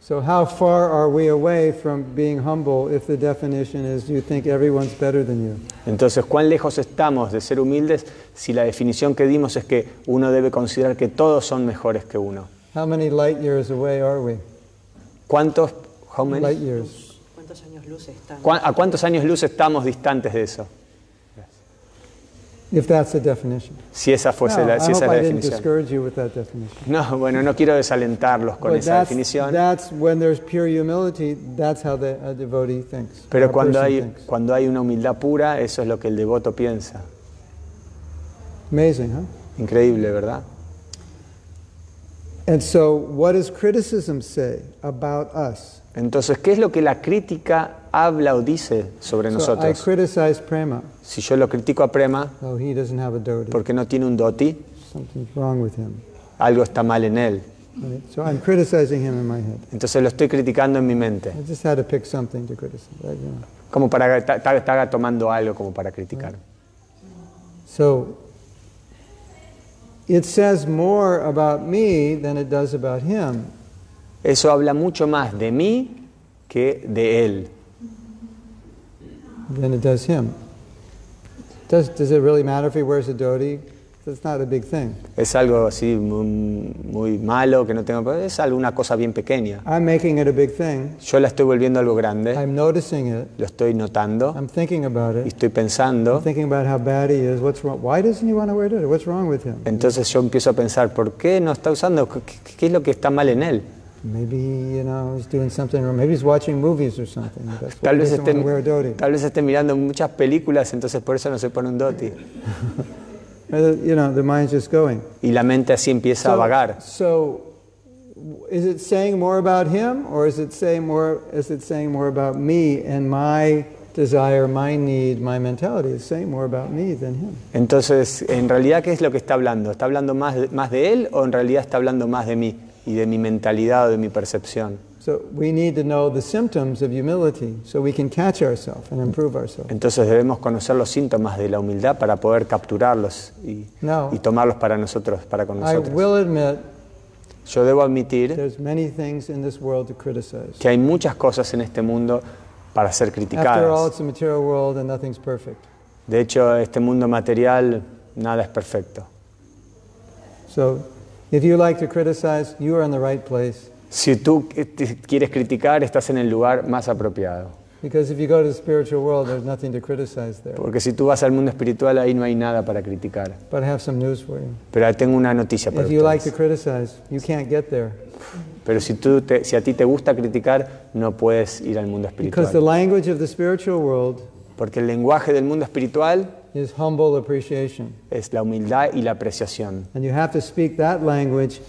Speaker 1: So, how far are we away from being humble if the definition is you think everyone's better than you?
Speaker 2: Entonces, ¿cuán lejos estamos de ser humildes si la definición que dimos es que uno debe considerar que todos son mejores que uno?
Speaker 1: How many light years away are we?
Speaker 2: ¿Cuántos, how many?
Speaker 1: Light years.
Speaker 3: ¿Cuántos años luz están?
Speaker 2: ¿Cuá- ¿A cuántos años luz estamos distantes de eso?
Speaker 1: If that's the definition.
Speaker 2: Si esa fuese
Speaker 1: No,
Speaker 2: la,
Speaker 1: I
Speaker 2: si
Speaker 1: hope
Speaker 2: esa es la
Speaker 1: I didn't
Speaker 2: definición.
Speaker 1: discourage you with that definition.
Speaker 2: No, bueno, no quiero desalentarlos con
Speaker 1: But
Speaker 2: esa
Speaker 1: that's,
Speaker 2: definición.
Speaker 1: that's when there's pure humility, that's how the, a devotee thinks.
Speaker 2: Pero
Speaker 1: a
Speaker 2: cuando
Speaker 1: person
Speaker 2: hay,
Speaker 1: thinks.
Speaker 2: cuando hay una humildad pura, eso es lo que el devoto piensa.
Speaker 1: Amazing, huh?
Speaker 2: Increíble, ¿verdad?
Speaker 1: And so, what does criticism say about us?
Speaker 2: Entonces, ¿qué es lo que la crítica habla o dice sobre
Speaker 1: So I
Speaker 2: nosotros?
Speaker 1: criticize Prema.
Speaker 2: Si yo lo critico a Prema
Speaker 1: Oh, he doesn't have a devotee.
Speaker 2: porque no tiene un doti,
Speaker 1: Something's wrong with him.
Speaker 2: algo está mal en él.
Speaker 1: Right? So I'm criticizing him in my head.
Speaker 2: Entonces lo estoy criticando en mi mente,
Speaker 1: I just had to pick something to criticize. right? You know.
Speaker 2: como para ta- ta- estaba tomando algo como para criticar.
Speaker 1: So it says more about me than it does about him.
Speaker 2: Eso habla mucho más de mí que de él.
Speaker 1: than it does him. Does, does it really matter if he wears a dhoti? That's not a big thing.
Speaker 2: Es algo así muy, muy malo que no tengo, pero es alguna cosa bien pequeña.
Speaker 1: I'm making it a big thing.
Speaker 2: Yo la estoy volviendo algo grande,
Speaker 1: I'm noticing it.
Speaker 2: lo estoy notando
Speaker 1: I'm thinking about
Speaker 2: Eh? y
Speaker 1: it.
Speaker 2: estoy pensando.
Speaker 1: I'm thinking about how bad he is. What's wrong? Why doesn't he want to wear dhoti? What's wrong with him?
Speaker 2: Entonces yo empiezo a pensar, ¿por qué no está usando? ¿Qué, qué- qué es lo que está mal en él?
Speaker 1: Maybe you know he's doing something wrong. Maybe he's watching movies or something. That's why
Speaker 2: Tal
Speaker 1: he
Speaker 2: vez,
Speaker 1: doesn't
Speaker 2: esté,
Speaker 1: want to wear a dhoti.
Speaker 2: tal vez esté mirando muchas películas, entonces por eso no se pone un doti.
Speaker 1: Uh, You know, the mind's just going.
Speaker 2: Y la mente así empieza a vagar.
Speaker 1: so w- is it saying more about him or is it saying more is it saying more about me and my desire, my need, my mentality? It's saying more about me than him.
Speaker 2: Entonces, ¿en realidad qué es lo que está hablando? ¿Está hablando más de, más de él o en realidad está hablando más de mí y de mi mentalidad o de mi percepción?
Speaker 1: So we need to know the symptoms of humility so we can catch ourselves and improve ourselves.
Speaker 2: Entonces debemos conocer los síntomas de la humildad para poder capturarlos y,
Speaker 1: No.
Speaker 2: y tomarlos para nosotros, para con
Speaker 1: I
Speaker 2: nosotros.
Speaker 1: will admit
Speaker 2: Yo debo admitir
Speaker 1: there's many things in this world to criticize.
Speaker 2: que hay muchas cosas en este mundo para ser
Speaker 1: After all,
Speaker 2: criticadas.
Speaker 1: it's a material world and nothing's perfect.
Speaker 2: De hecho, este mundo material nada es perfecto.
Speaker 1: So if you like to criticize, you are in the right place.
Speaker 2: Si tú eh, te quieres criticar, estás en el lugar más apropiado.
Speaker 1: Because if you go to the spiritual world, there's nothing to criticize there.
Speaker 2: Porque si tú vas al mundo espiritual, ahí no hay nada para criticar.
Speaker 1: But I have some news for you.
Speaker 2: Pero tengo una noticia para
Speaker 1: If you like
Speaker 2: ustedes.
Speaker 1: to criticize, you can't get there.
Speaker 2: Pero si, tú te- si a ti te gusta criticar, no puedes ir al mundo
Speaker 1: Because the
Speaker 2: espiritual.
Speaker 1: language of the spiritual world
Speaker 2: Porque el lenguaje del mundo espiritual
Speaker 1: is humble appreciation.
Speaker 2: es la humildad y la apreciación.
Speaker 1: And you have to speak that language.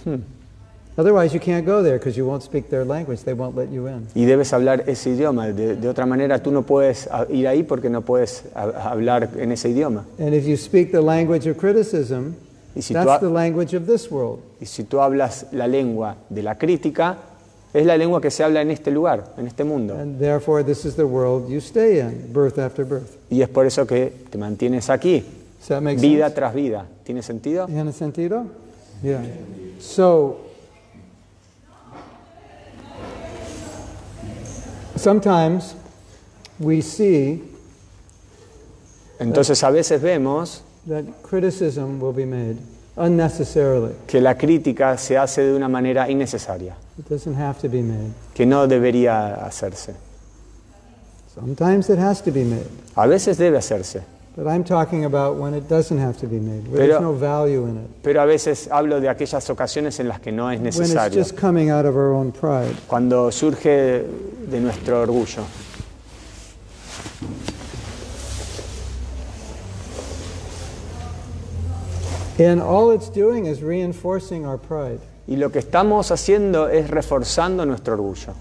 Speaker 1: Otherwise, you can't go there because you won't speak their language. They won't let you in.
Speaker 2: Y debes hablar ese idioma. De, de otra manera, tú no puedes a- ir ahí porque no puedes a- hablar en ese idioma.
Speaker 1: And if you speak the language of criticism,
Speaker 2: Y si tú ha-
Speaker 1: that's the language of this world.
Speaker 2: Y si tú hablas la lengua de la crítica, es la lengua que se habla en este lugar, en este mundo.
Speaker 1: And therefore, this is the world you stay in, birth after birth.
Speaker 2: Y es por eso que te mantienes aquí,
Speaker 1: Does that make
Speaker 2: vida
Speaker 1: sense?
Speaker 2: tras vida. ¿Tiene sentido?
Speaker 1: ¿Tiene sentido? Yeah. So, sometimes we see
Speaker 2: Entonces a veces vemos
Speaker 1: that criticism will be made unnecessarily.
Speaker 2: que la crítica se hace de una manera innecesaria,
Speaker 1: It doesn't have to be made.
Speaker 2: que no debería hacerse.
Speaker 1: Sometimes it has to be made.
Speaker 2: A veces debe hacerse,
Speaker 1: But I'm talking about when it doesn't have to be made, where there's
Speaker 2: Pero-
Speaker 1: no value in it.
Speaker 2: pero a veces hablo de aquellas ocasiones en las que no es
Speaker 1: When it's
Speaker 2: necesario,
Speaker 1: just coming out of our own pride.
Speaker 2: cuando surge de nuestro orgullo.
Speaker 1: And all it's doing is reinforcing our pride.
Speaker 2: Y lo que estamos haciendo es reforzando nuestro orgullo.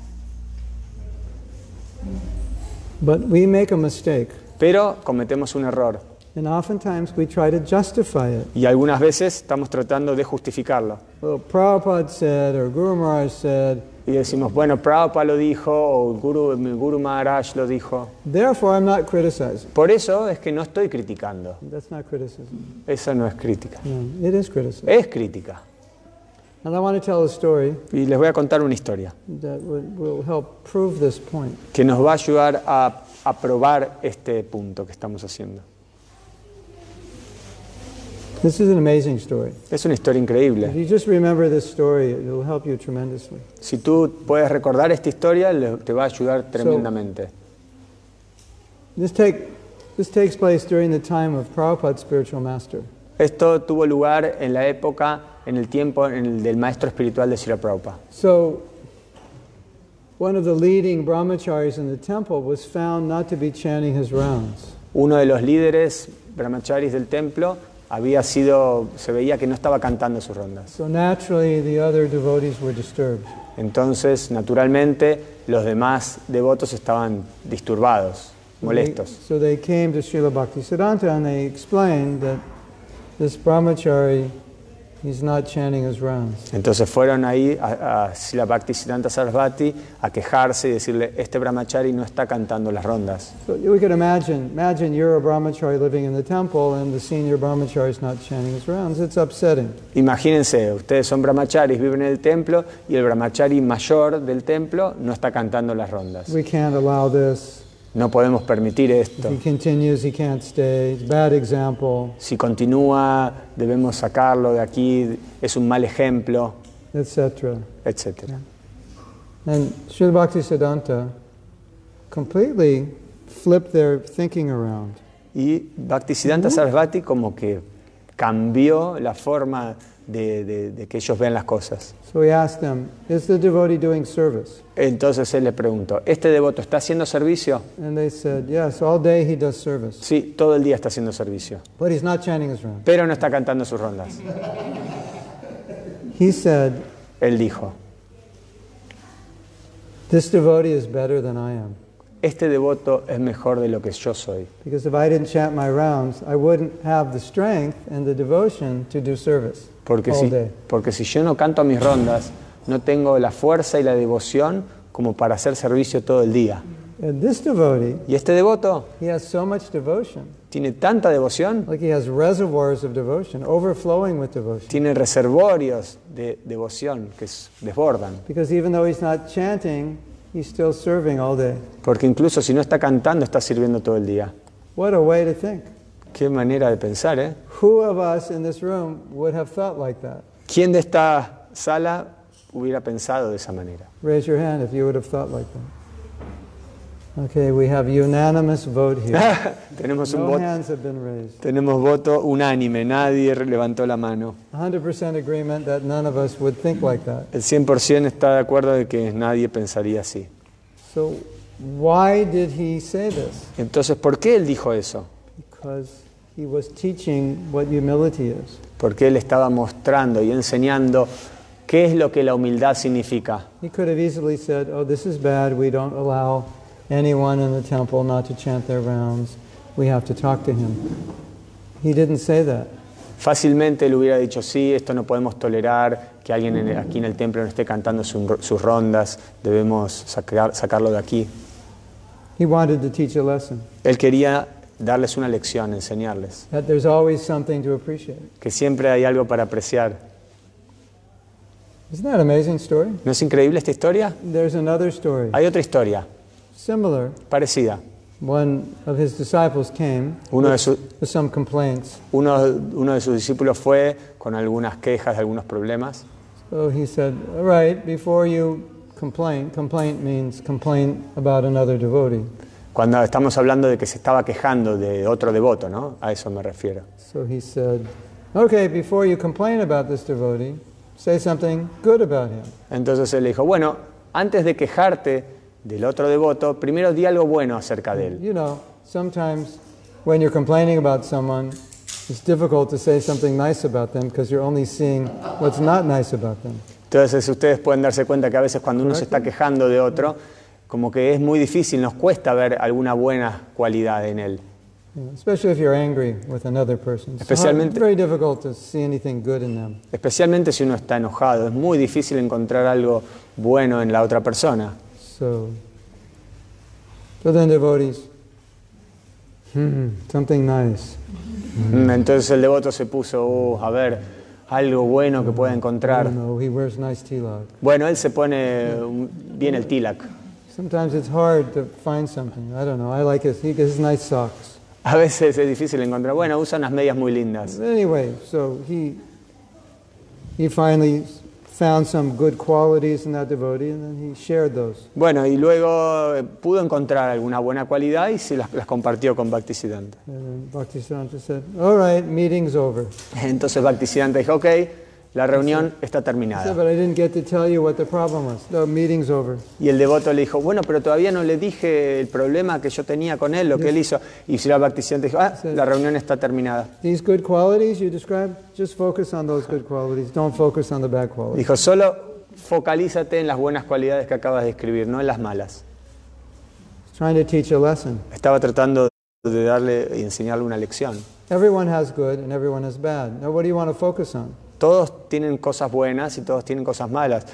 Speaker 1: But we make a mistake.
Speaker 2: Pero cometemos un error
Speaker 1: And oftentimes we try to justify it.
Speaker 2: y algunas veces estamos tratando de justificarlo.
Speaker 1: Well, Prabhupada said, or Guru Maharaj said,
Speaker 2: Y decimos, bueno, Prabhupada lo dijo, o Guru, mi Guru Maharaj lo dijo.
Speaker 1: therefore I'm not criticizing.
Speaker 2: Por eso es que no estoy criticando.
Speaker 1: That's not criticism.
Speaker 2: Eso no es crítica.
Speaker 1: No, it is criticism.
Speaker 2: Es crítica.
Speaker 1: And I want to tell a story
Speaker 2: Y les voy a contar una historia
Speaker 1: that would, will help prove this point.
Speaker 2: que nos va a ayudar a, a probar este punto que estamos haciendo.
Speaker 1: This is an amazing story.
Speaker 2: Es una historia
Speaker 1: If
Speaker 2: increíble.
Speaker 1: you just remember this story, it will help you tremendously.
Speaker 2: Si tú puedes recordar esta historia, le- te va a ayudar tremendamente.
Speaker 1: This, take, this takes place during the time of Prabhupada's spiritual master.
Speaker 2: Esto tuvo lugar en la época, en el tiempo en el del maestro espiritual de Srila Prabhupada.
Speaker 1: So, one of the leading brahmacharis in the temple was found not to be chanting his rounds.
Speaker 2: Uno de los líderes brahmacharis del templo había sido, se veía que no estaba cantando sus rondas.
Speaker 1: So, naturally, the other devotees were disturbed.
Speaker 2: Entonces, naturalmente, los demás devotos estaban disturbados, molestos.
Speaker 1: So they came to Srila Bhaktisiddhanta and they explained that this brahmachari, he's not chanting his rounds.
Speaker 2: Entonces fueron ahí a, a Sila Bhaktisiddhanta Sarasvati a quejarse y decirle, este brahmachari no está cantando las rondas.
Speaker 1: So we could imagine, imagine you're a brahmachari living in the temple and the senior brahmachari is not chanting his rounds. It's upsetting.
Speaker 2: Imagínense, ustedes son brahmacharis, viven en el templo y el brahmachari mayor del templo no está cantando las rondas.
Speaker 1: We can't allow this.
Speaker 2: No podemos permitir
Speaker 1: If
Speaker 2: esto.
Speaker 1: he continues, he can't stay. It's a bad example,
Speaker 2: Si continúa, debemos sacarlo de aquí, es un mal ejemplo,
Speaker 1: etc.
Speaker 2: etc.
Speaker 1: And Srila Bhaktisiddhanta completely flipped their thinking around.
Speaker 2: Y Bhaktisiddhanta Sarasvati como que cambió la forma de- de- de que ellos vean las cosas.
Speaker 1: So he asked them, Is the devotee doing service?
Speaker 2: Entonces él le preguntó, ¿este devoto está haciendo servicio?
Speaker 1: And they said, Yes, all day he does service,
Speaker 2: Sí, todo el día está haciendo servicio,
Speaker 1: but he's not chanting his rounds.
Speaker 2: pero no está cantando sus rondas.
Speaker 1: He said,
Speaker 2: Él dijo,
Speaker 1: This devotee is better than I am.
Speaker 2: este devoto es mejor de lo que yo soy,
Speaker 1: Because if I didn't chant my rounds, I wouldn't have the strength and the devotion to do service
Speaker 2: porque
Speaker 1: all
Speaker 2: si,
Speaker 1: day.
Speaker 2: porque si yo no canto mis rondas, no tengo la fuerza y la devoción como para hacer servicio todo el día.
Speaker 1: And this devotee,
Speaker 2: Y este devoto
Speaker 1: he has so much devotion.
Speaker 2: tiene tanta devoción,
Speaker 1: Like he has reservoirs of devotion, overflowing with devotion.
Speaker 2: tiene reservorios de devoción que s- desbordan,
Speaker 1: Because even though he's not chanting, he's still serving all day.
Speaker 2: porque incluso si no está cantando, está sirviendo todo el día.
Speaker 1: What a way to think.
Speaker 2: Qué manera de pensar, ¿eh?
Speaker 1: Who of us in this room would have thought like that?
Speaker 2: ¿Quién de esta sala hubiera pensado de esa manera?
Speaker 1: Raise your hand if you would have thought like that. Okay, we have unanimous vote here.
Speaker 2: tenemos un
Speaker 1: No
Speaker 2: voto,
Speaker 1: hands have been raised.
Speaker 2: tenemos voto unánime, nadie re- levantó la mano.
Speaker 1: 100% agreement that none of us would think like that.
Speaker 2: El 100% está de acuerdo de que nadie pensaría así.
Speaker 1: So, why did he say this?
Speaker 2: Entonces, ¿por qué él dijo eso?
Speaker 1: Because he was teaching what humility is.
Speaker 2: Porque él estaba mostrando y enseñando qué es lo que la humildad significa.
Speaker 1: He could have easily said, Oh, this is bad. We don't allow anyone in the temple not to chant their rounds. We have to talk to him. He didn't say that.
Speaker 2: Fácilmente él hubiera dicho, sí, esto no podemos tolerar, que alguien en- aquí en el templo no esté cantando su- sus rondas, debemos sacar- sacarlo de aquí.
Speaker 1: He wanted to teach a lesson
Speaker 2: Él quería darles una lección, enseñarles.
Speaker 1: that there's always something to appreciate.
Speaker 2: que siempre hay algo para apreciar.
Speaker 1: Isn't that an amazing story?
Speaker 2: ¿No es increíble esta historia?
Speaker 1: There's another story,
Speaker 2: Hay otra historia
Speaker 1: similar,
Speaker 2: parecida,
Speaker 1: one of his disciples came
Speaker 2: Uno de, su-
Speaker 1: with some complaints.
Speaker 2: uno- uno de sus discípulos fue con algunas quejas, algunos problemas.
Speaker 1: So he said, All right, before you complain, complaint means complain about another devotee.
Speaker 2: Cuando estamos hablando de que se estaba quejando de otro devoto, ¿no? A eso me refiero.
Speaker 1: So he said, Okay, before you complain about this devotee, say something good about him.
Speaker 2: Entonces él le dijo, bueno, antes de quejarte del otro devoto, primero di algo bueno acerca de él.
Speaker 1: You know, sometimes when you're complaining about someone, it's difficult to say something nice about them because you're only seeing what's not nice about them.
Speaker 2: Entonces ustedes pueden darse cuenta que a veces cuando uno se está quejando de otro, como que es muy difícil, nos cuesta ver alguna buena cualidad en él.
Speaker 1: You know, especially if you're angry with another person. It's hard-
Speaker 2: Especialmente-
Speaker 1: very difficult to see anything good in them.
Speaker 2: Especialmente si uno está enojado, es muy difícil encontrar algo bueno en la otra persona.
Speaker 1: So, so then devotees, hmm, something nice.
Speaker 2: Mm, Entonces el devoto se puso, "Uh, a ver, algo bueno que pueda
Speaker 1: You
Speaker 2: encontrar.
Speaker 1: know, he wears nice tilak.
Speaker 2: Bueno, él se pone un- bien el tilak.
Speaker 1: Sometimes it's hard to find something. I don't know. I like his, he, his nice socks.
Speaker 2: A veces es difícil encontrar. Bueno, usa unas medias muy lindas.
Speaker 1: Anyway, so he he finally found some good qualities in that devotee, and then he shared those.
Speaker 2: Bueno, y luego eh, pudo encontrar alguna buena cualidad y se las, las compartió con Bhaktisiddhanta.
Speaker 1: And then Bhaktisiddhanta said, "All right, meeting's over."
Speaker 2: Entonces Bhaktisiddhanta dijo, ok, la reunión está
Speaker 1: I said,
Speaker 2: terminada.
Speaker 1: "But I didn't get to tell you what the problem was. No, meeting's over."
Speaker 2: Y el devoto le dijo, bueno, pero todavía no le dije el problema que yo tenía con él, lo que él hizo. Y la Bhaktisiddhanta dijo, ah, la reunión está terminada.
Speaker 1: These good qualities you described, just focus on those good qualities. Don't focus on the bad qualities.
Speaker 2: Dijo, solo focalízate en las buenas cualidades que acabas de escribir, no en las malas.
Speaker 1: He's trying to teach a lesson.
Speaker 2: Estaba tratando de darle y enseñarle una lección.
Speaker 1: Everyone has good and everyone has bad. Now, what do you want to focus on?
Speaker 2: Todos tienen cosas buenas y todos tienen cosas malas.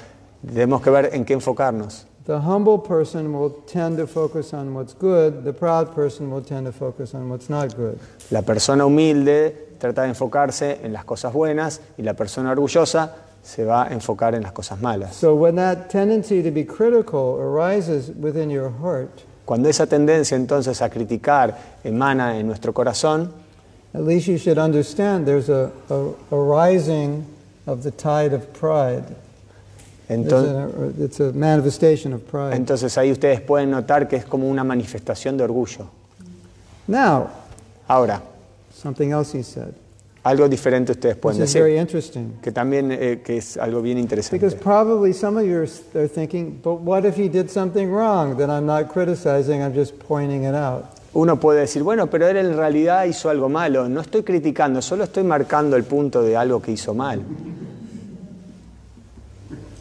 Speaker 2: Tenemos que ver en qué enfocarnos.
Speaker 1: The humble person will tend to focus on what's good. The proud person will tend to focus on what's not good.
Speaker 2: La persona humilde trata de enfocarse en las cosas buenas y la persona orgullosa se va a enfocar en las cosas malas.
Speaker 1: So when that tendency to be critical arises within your heart,
Speaker 2: Cuando esa tendencia entonces a criticar emana en nuestro corazón,
Speaker 1: at least you should understand there's a, a, a rising of the tide of pride. There's
Speaker 2: entonces,
Speaker 1: an- it's a manifestation of pride.
Speaker 2: entonces ahí ustedes pueden notar que es como una manifestación de orgullo.
Speaker 1: Now,
Speaker 2: Ahora,
Speaker 1: something else he said,
Speaker 2: algo diferente ustedes
Speaker 1: which
Speaker 2: pueden
Speaker 1: is very
Speaker 2: decir,
Speaker 1: interesting.
Speaker 2: que también eh, que es algo bien
Speaker 1: Because
Speaker 2: interesante.
Speaker 1: probably some of you are s- are thinking, but what if he did something wrong? Then I'm not criticizing, I'm just pointing it out.
Speaker 2: Uno puede decir, bueno, pero él en realidad hizo algo malo, no estoy criticando, solo estoy marcando el punto de algo que hizo mal.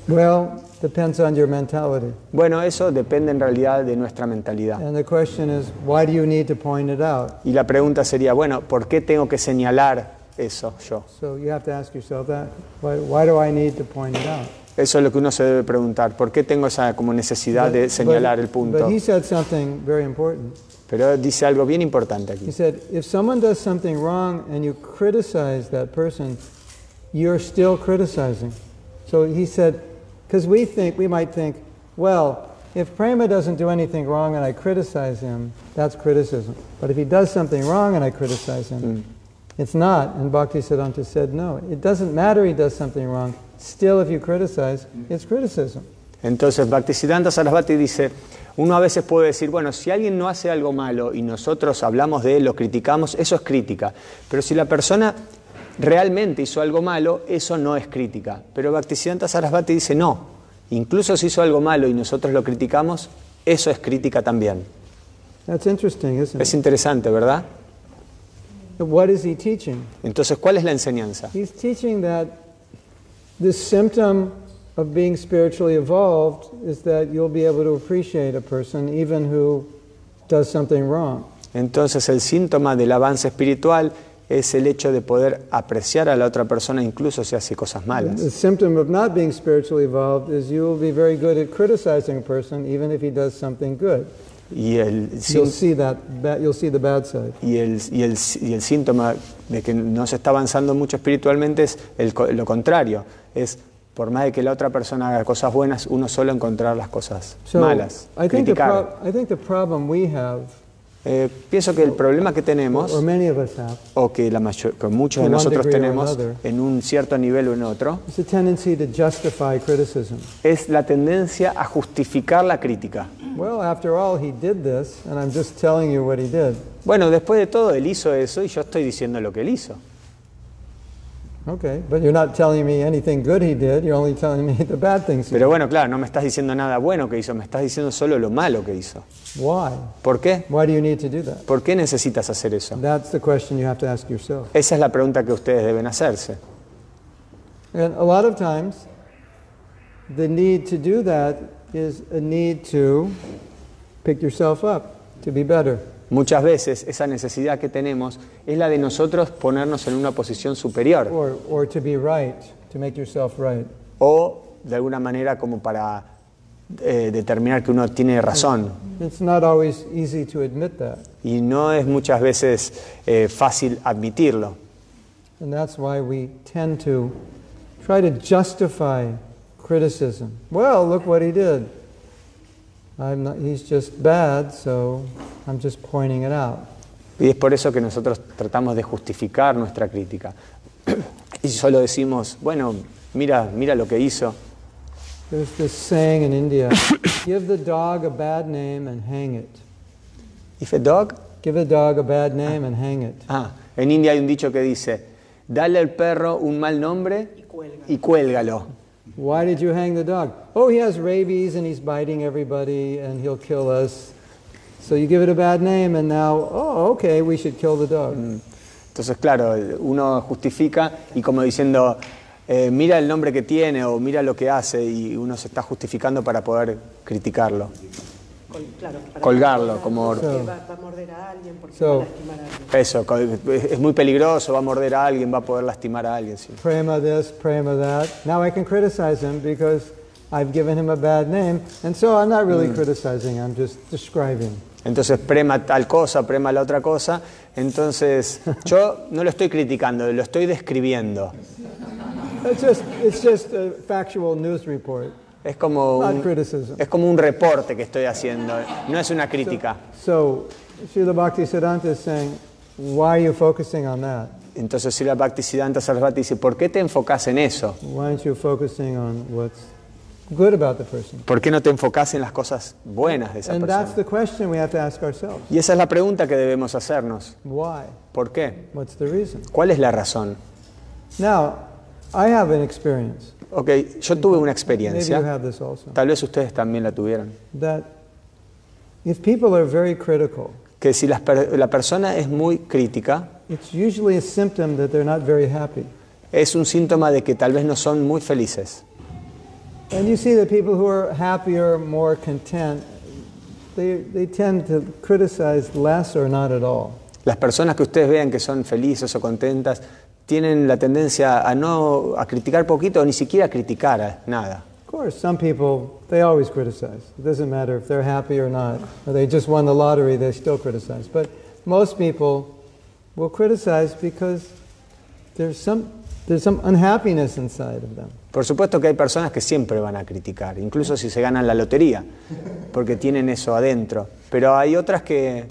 Speaker 1: Well, depends on your mentality.
Speaker 2: Bueno, eso depende en realidad de nuestra mentalidad.
Speaker 1: And the question is, why do you need to point it out?
Speaker 2: Y la pregunta sería, bueno, ¿por qué tengo que señalar eso yo?
Speaker 1: So you have to ask yourself that. Why, why do I need to point it out?
Speaker 2: Eso es lo que uno se debe preguntar, ¿por qué tengo esa como necesidad de señalar el punto?
Speaker 1: but he said something very important.
Speaker 2: Pero dice algo bien importante
Speaker 1: He
Speaker 2: aquí.
Speaker 1: said, if someone does something wrong and you criticize that person, you're still criticizing. So he said, because we think, we might think, well, if Prema doesn't do anything wrong and I criticize him, that's criticism. But if he does something wrong and I criticize him, it's not. And Bhaktisiddhanta said, no, it doesn't matter he does something wrong. Still, if you criticize, it's criticism.
Speaker 2: Entonces, Bhaktisiddhanta Sarasvati dice, uno a veces puede decir, bueno, si alguien no hace algo malo y nosotros hablamos de él, lo criticamos, eso es crítica. Pero si la persona realmente hizo algo malo, eso no es crítica. Pero Bhaktisiddhanta Sarasvati dice, no, incluso si hizo algo malo y nosotros lo criticamos, eso es crítica también.
Speaker 1: That's interesting, isn't
Speaker 2: Es
Speaker 1: it?
Speaker 2: interesante, ¿verdad?
Speaker 1: What is he teaching?
Speaker 2: Entonces, ¿cuál es la enseñanza?
Speaker 1: He's teaching that this symptom of being spiritually evolved is that you'll be able to appreciate a person even who does something wrong.
Speaker 2: Entonces el síntoma del avance espiritual es el hecho de poder apreciar a la otra persona incluso si hace cosas malas.
Speaker 1: The symptom of not being spiritually evolved is you will be very good at criticizing a person even if he does something good.
Speaker 2: Y el,
Speaker 1: You'll
Speaker 2: sín-
Speaker 1: see that, ba- you'll see the bad side.
Speaker 2: y el- y el- y el síntoma de que no se está avanzando mucho espiritualmente es el co- lo contrario. Es por más de que la otra persona haga cosas buenas, uno solo encontrar las cosas
Speaker 1: So
Speaker 2: malas.
Speaker 1: I think, the
Speaker 2: criticar.
Speaker 1: prob- I think the problem we have
Speaker 2: Eh, pienso que el problema que tenemos,
Speaker 1: or many of us have,
Speaker 2: o que, la mayor- que muchos de
Speaker 1: To one
Speaker 2: nosotros
Speaker 1: degree or
Speaker 2: tenemos
Speaker 1: another.
Speaker 2: en un cierto nivel o en otro,
Speaker 1: is a tendency to justify criticism.
Speaker 2: es la tendencia a justificar la crítica.
Speaker 1: Well, after all, he did this, and I'm just telling you what he did.
Speaker 2: Bueno, después de todo, él hizo eso y yo estoy diciendo lo que él hizo.
Speaker 1: Okay, but you're not telling me anything good he did, you're only telling me the bad things he did.
Speaker 2: Pero bueno, claro, no me estás diciendo nada bueno que hizo, me estás diciendo solo lo malo que hizo.
Speaker 1: Why?
Speaker 2: ¿Por qué?
Speaker 1: Why do you need to do that?
Speaker 2: ¿Por qué necesitas hacer eso?
Speaker 1: That's the question you have to ask yourself.
Speaker 2: Esa es la pregunta que ustedes deben hacerse.
Speaker 1: And a lot of times, the need to do that is a need to pick yourself up, to be better.
Speaker 2: Muchas veces esa necesidad que tenemos es la de nosotros ponernos en una posición superior
Speaker 1: Or, or to be right, to make yourself right.
Speaker 2: o de alguna manera como para eh, determinar que uno tiene razón.
Speaker 1: It's not always easy to admit that.
Speaker 2: Y no es muchas veces eh, fácil admitirlo.
Speaker 1: And that's why we tend to try to justify criticism. Well, look what he did. I'm not, he's just bad, so I'm just pointing it out.
Speaker 2: Y es por eso que nosotros tratamos de justificar nuestra crítica. y solo decimos, bueno, mira, mira lo que hizo.
Speaker 1: There's this saying in India give the dog a bad name and hang it.
Speaker 2: If a dog.
Speaker 1: Give a dog a bad name and hang it.
Speaker 2: Ah, en India hay un dicho que dice, dale al perro un mal nombre
Speaker 3: Cuelga.
Speaker 2: y cuélgalo.
Speaker 1: Why did you hang the dog? Oh, he has rabies and he's biting everybody and he'll kill us. So you give it a bad name and now, oh, okay, we should kill the dog.
Speaker 2: Entonces, claro, uno justifica y como diciendo, eh, mira el nombre que tiene o mira lo que hace y uno se está justificando para poder criticarlo.
Speaker 3: Col- claro, para-
Speaker 2: Colgarlo, como-
Speaker 3: Porque va, va a morder a alguien, porque
Speaker 1: So-
Speaker 3: va a lastimar a alguien.
Speaker 2: Eso, co- es muy peligroso, va a morder a alguien, va a poder lastimar a alguien. sí.
Speaker 1: Prema this, prema that. Now I can criticize him because I've given him a bad name. And so I'm not really criticizing, I'm just describing.
Speaker 2: Entonces prema tal cosa, prema la otra cosa. Entonces yo no lo estoy criticando, lo estoy describiendo.
Speaker 1: It's just, it's just a factual news report,
Speaker 2: Es como
Speaker 1: not
Speaker 2: un,
Speaker 1: criticism.
Speaker 2: es como un reporte que estoy haciendo, no es una crítica.
Speaker 1: So Srila Bhakti Siddhanta is saying, why are you focusing on that?
Speaker 2: Entonces si la Bhaktisiddhanta Sarasvati dice, ¿por qué te enfocas en eso?
Speaker 1: Why aren't you focusing on what's good about the person?
Speaker 2: ¿Por qué no te enfocas en las cosas buenas de esa
Speaker 1: And that's
Speaker 2: persona?
Speaker 1: the question we have to ask ourselves.
Speaker 2: Y esa es la pregunta que debemos hacernos.
Speaker 1: Why?
Speaker 2: ¿Por qué?
Speaker 1: What's the reason?
Speaker 2: ¿Cuál es la razón?
Speaker 1: Now, I have an experience.
Speaker 2: Ok, yo tuve
Speaker 1: Maybe you
Speaker 2: una experiencia,
Speaker 1: have this also.
Speaker 2: tal vez ustedes también la tuvieron,
Speaker 1: that if people are very critical,
Speaker 2: que si las per- la persona es muy crítica,
Speaker 1: it's usually a symptom that they're not very happy.
Speaker 2: es un síntoma de que tal vez no son muy felices.
Speaker 1: And you see that people who are happier, more content, they, they tend to criticize less or not at all.
Speaker 2: Las personas que ustedes vean que son felices o contentas tienen la tendencia a no a criticar poquito o ni siquiera a criticar a- nada.
Speaker 1: Of course, some people, they always criticize. It doesn't matter if they're happy or not, or they just won the lottery, they still criticize. But most people will criticize because there's some, there's some unhappiness inside of them.
Speaker 2: Por supuesto que hay personas que siempre van a criticar, incluso si se ganan la lotería, porque tienen eso adentro. Pero hay otras que,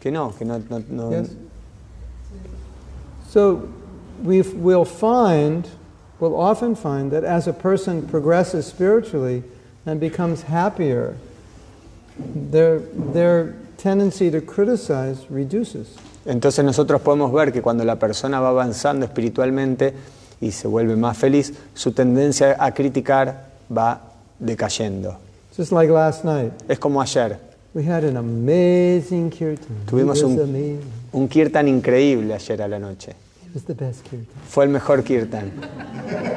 Speaker 2: que no, que no, no- no-
Speaker 1: Yes. So we f- will find, we'll often find that as a person progresses spiritually and becomes happier, their, their tendency to criticize reduces.
Speaker 2: Entonces nosotros podemos ver que cuando la persona va avanzando espiritualmente y se vuelve más feliz, su tendencia a criticar va decayendo.
Speaker 1: Just like last night,
Speaker 2: Es como ayer,
Speaker 1: we had an amazing kirtan. It
Speaker 2: Tuvimos
Speaker 1: was
Speaker 2: un-
Speaker 1: amazing.
Speaker 2: un kirtan increíble ayer a la noche.
Speaker 1: It was the best kirtan.
Speaker 2: Fue el mejor kirtan.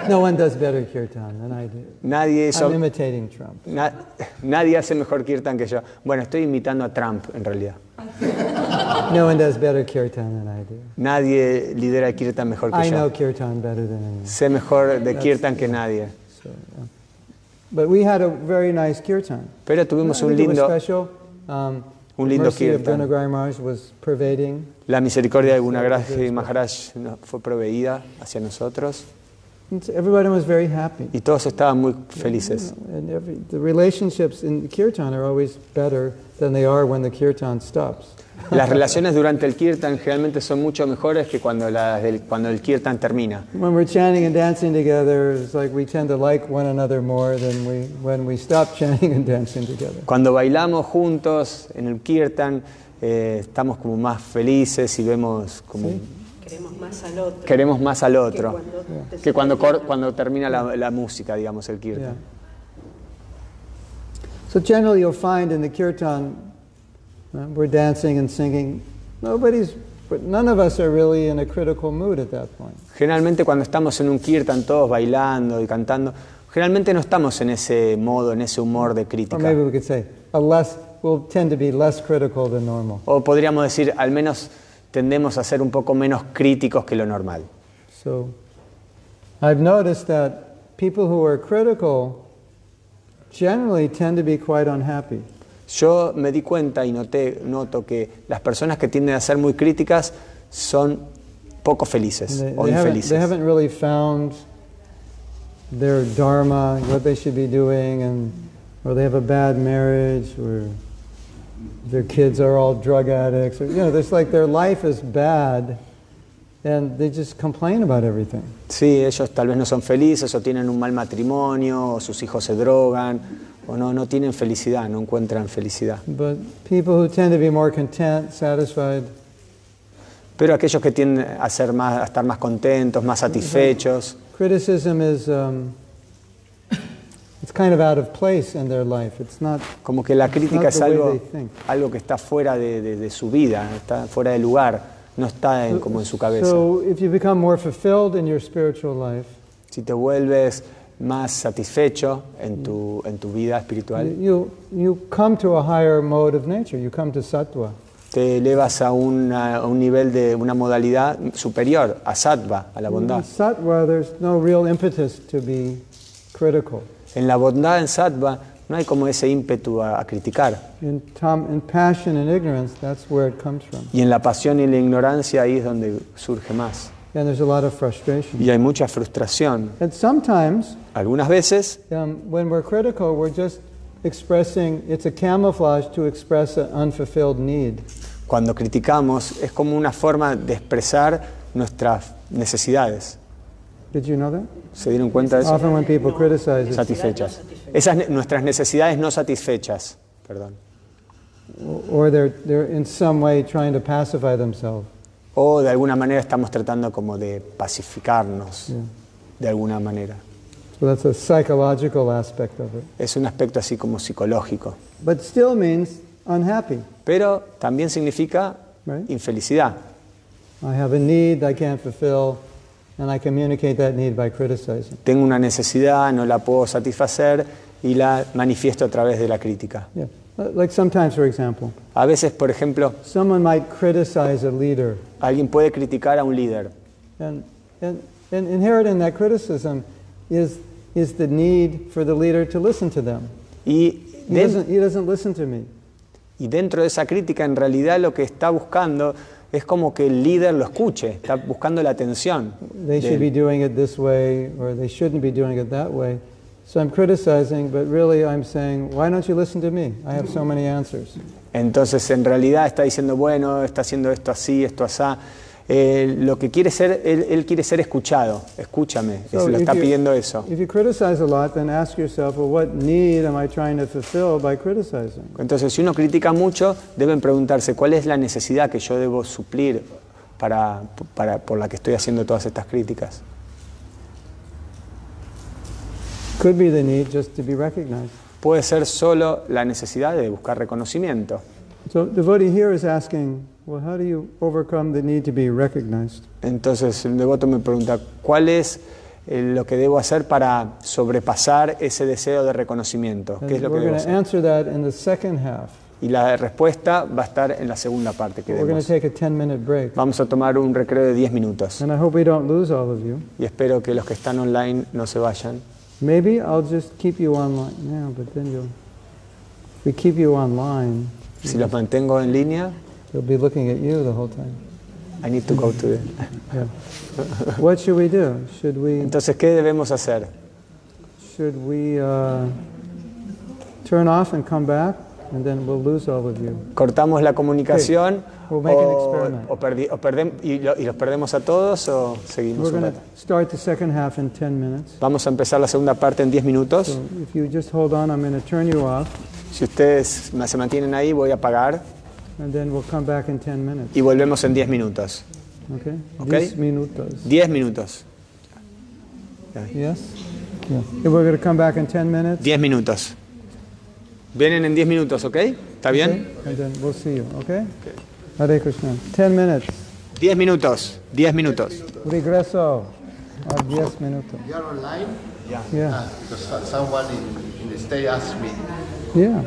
Speaker 1: No one does better kirtan than I do.
Speaker 2: Nadie hizo-
Speaker 1: I'm imitating Trump.
Speaker 2: na- nadie hace mejor kirtan que yo. Bueno, estoy imitando a Trump en realidad.
Speaker 1: No one does better kirtan than I do.
Speaker 2: Nadie lidera el kirtan mejor que
Speaker 1: I know
Speaker 2: yo.
Speaker 1: kirtan better than anyone.
Speaker 2: Sé mejor de kirtan que nadie.
Speaker 1: So, yeah. But we had a very nice kirtan.
Speaker 2: Pero tuvimos
Speaker 1: I
Speaker 2: un
Speaker 1: think it was
Speaker 2: lindo,
Speaker 1: special. Um,
Speaker 2: un
Speaker 1: the
Speaker 2: lindo
Speaker 1: mercy of
Speaker 2: kirtan.
Speaker 1: Gunagraj Maharaj was pervading.
Speaker 2: la misericordia de Gunagrahi Maharaj nos fue proveída hacia nosotros
Speaker 1: And so everybody was very happy.
Speaker 2: y todos estaban muy felices.
Speaker 1: And every, the relationships in the kirtan are always better than they are when the kirtan stops.
Speaker 2: Las relaciones durante el kirtan generalmente son mucho mejores que cuando, las del- cuando el kirtan termina.
Speaker 1: When we're chanting and dancing together, it's like we tend to like one another more than we when we stop chanting and dancing together.
Speaker 2: Cuando bailamos juntos en el kirtan, eh, estamos como más felices y vemos como
Speaker 3: Queremos más al otro.
Speaker 2: queremos más al otro
Speaker 3: Que cuando, te
Speaker 2: que cuando,
Speaker 3: separan.
Speaker 2: cor- cuando termina la, la música, digamos, el
Speaker 1: Yeah.
Speaker 2: kirtan.
Speaker 1: So generally, you'll find in the kirtan, uh, we're dancing and singing. Nobody's, but none of us are really in a critical mood at that point.
Speaker 2: Generalmente cuando estamos en un kirtan todos bailando y cantando, generalmente no estamos en ese modo, en ese humor de
Speaker 1: Or
Speaker 2: crítica.
Speaker 1: maybe we could say, a less, we'll tend to be less critical than normal.
Speaker 2: O podríamos decir, al menos tendemos a ser un poco menos críticos que lo normal.
Speaker 1: So I've noticed that people who are critical generally tend to be quite unhappy.
Speaker 2: Yo me di cuenta y noté, noto que las personas que tienden a ser muy críticas son poco felices
Speaker 1: And They,
Speaker 2: o
Speaker 1: they haven't, they
Speaker 2: infelices.
Speaker 1: haven't really found their dharma, what they should be doing, and or they have a bad marriage, or their kids are all drug addicts, or you know, it's like their life is bad, and they just complain about everything.
Speaker 2: Sí, ellos tal vez no son felices o tienen un mal matrimonio o sus hijos se drogan o no, no tienen felicidad, no encuentran felicidad.
Speaker 1: But people who tend to be more content, satisfied,
Speaker 2: Pero aquellos que tienden a, ser más, a estar más contentos, más satisfechos,
Speaker 1: criticism is um, it's kind of out of place in their life. It's not
Speaker 2: como que la
Speaker 1: not
Speaker 2: crítica
Speaker 1: the
Speaker 2: es
Speaker 1: way
Speaker 2: algo,
Speaker 1: they think.
Speaker 2: algo que está fuera de, de- de su vida, está fuera de lugar, no está en- como en su cabeza.
Speaker 1: so. If you become more fulfilled in your spiritual life.
Speaker 2: Si te vuelves más satisfecho en tu, en tu vida espiritual,
Speaker 1: You, you come to a higher mode of nature, you come to sattva.
Speaker 2: te elevas a, una- a un nivel de una modalidad superior, a sattva, a la bondad.
Speaker 1: In sattva, there's no real impetus to be critical.
Speaker 2: En la bondad, en sattva, no hay como ese ímpetu a, a criticar.
Speaker 1: In, tam, in passion and ignorance, that's where it comes from.
Speaker 2: Y en la pasión y la ignorancia ahí es donde surge más.
Speaker 1: And there's a lot of frustration.
Speaker 2: Y hay mucha frustración.
Speaker 1: And sometimes,
Speaker 2: Algunas veces,
Speaker 1: um, when we're critical, we're just expressing, it's a camouflage to express an unfulfilled need.
Speaker 2: cuando criticamos, es como una forma de expresar nuestras necesidades.
Speaker 1: Did you know that?
Speaker 2: ¿Se dieron cuenta de eso?
Speaker 1: Often when people criticize, it's,
Speaker 2: satisfechas. Esas ne- nuestras necesidades no satisfechas, perdón.
Speaker 1: or they're, they're in some way trying to pacify themselves.
Speaker 2: O de alguna manera estamos tratando como de pacificarnos, de alguna manera.
Speaker 1: So that's a psychological aspect of it.
Speaker 2: Es un aspecto así como psicológico.
Speaker 1: but still means unhappy,
Speaker 2: Pero también significa
Speaker 1: right?
Speaker 2: infelicidad.
Speaker 1: I have a need I can't fulfill, and I communicate that need by criticizing.
Speaker 2: Tengo una necesidad, no la puedo satisfacer y la manifiesto a través de la crítica.
Speaker 1: Yeah. Uh, Like sometimes, for example,
Speaker 2: A veces, por ejemplo,
Speaker 1: someone might criticize a leader,
Speaker 2: alguien puede criticar a un líder
Speaker 1: and, and, and inherent in that criticism is, is the need for the leader to listen to them.
Speaker 2: y,
Speaker 1: He
Speaker 2: den-
Speaker 1: doesn't, he doesn't listen to me.
Speaker 2: y dentro de esa crítica en realidad lo que está buscando es como que el líder lo escuche, está buscando la atención.
Speaker 1: They should be doing it this way, or they shouldn't be doing it that way. So I'm criticizing, but really I'm saying, why don't you listen to me? I have so many answers.
Speaker 2: Entonces, en realidad está diciendo, bueno, está haciendo esto así, esto asá. Eh, lo que quiere ser, él, él quiere ser escuchado. Escúchame,
Speaker 1: So
Speaker 2: es- lo
Speaker 1: if
Speaker 2: está
Speaker 1: you-
Speaker 2: pidiendo eso.
Speaker 1: If you criticize a lot, then ask yourself, well, what need am I trying to fulfill by criticizing?
Speaker 2: Entonces, si uno critica mucho, deben preguntarse cuál es la necesidad que yo debo suplir para, para- por la que estoy haciendo todas estas críticas.
Speaker 1: Could be the need just to be recognized.
Speaker 2: Puede ser solo la necesidad de buscar reconocimiento.
Speaker 1: So devotee here is asking, well, how do you overcome the need to be recognized?
Speaker 2: Entonces, el devoto me pregunta, ¿cuál es eh, lo que debo hacer para sobrepasar ese deseo de reconocimiento?
Speaker 1: And
Speaker 2: ¿Qué es lo que
Speaker 1: we're
Speaker 2: debo
Speaker 1: going to
Speaker 2: hacer?
Speaker 1: answer that in the second half.
Speaker 2: Y la respuesta va a estar en la segunda parte que
Speaker 1: We're going
Speaker 2: demos.
Speaker 1: to take a 10-minute break.
Speaker 2: Vamos a tomar un recreo de 10 minutos
Speaker 1: And I hope we don't lose all of you.
Speaker 2: y espero que los que están online no se vayan.
Speaker 1: Maybe I'll just keep you online now, but then you'll... If we keep you online,
Speaker 2: Si los mantengo en línea,
Speaker 1: they'll be looking at you the whole time.
Speaker 2: I need to go to the-
Speaker 1: Yeah. What should we do? Should we...
Speaker 2: Entonces, ¿qué debemos hacer?
Speaker 1: Should we uh, turn off and come back? and then we'll lose all of you.
Speaker 2: cortamos la comunicación
Speaker 1: We'll make an
Speaker 2: o,
Speaker 1: experiment.
Speaker 2: o perdi- o perdem- y, lo- y los perdemos a todos o
Speaker 1: We're
Speaker 2: seguimos un
Speaker 1: going
Speaker 2: rato.
Speaker 1: to start the second half in 10 minutes.
Speaker 2: Vamos a empezar la segunda parte en 10 minutos.
Speaker 1: So if you just hold on, I'm going to turn you off,
Speaker 2: Si ustedes ma- se mantienen ahí, voy a apagar
Speaker 1: and then we'll come back in 10 minutes.
Speaker 2: y volvemos en 10 minutos.
Speaker 1: Okay?
Speaker 2: Okay.
Speaker 1: Diez minutos.
Speaker 2: 10 minutos.
Speaker 1: Yes? Yeah. Okay, We're going to come back in 10 minutes.
Speaker 2: 10 minutos. Vienen en 10 minutos, ¿ok? ¿Está bien?
Speaker 1: And then we'll see you, okay? Hare Krishna. 10 minutes.
Speaker 2: 10 minutos. 10 minutos.
Speaker 1: Regreso. A 10 minutos.
Speaker 4: You are online?
Speaker 1: Yeah.
Speaker 4: Because so- someone in, in the state asked me,
Speaker 1: Yeah.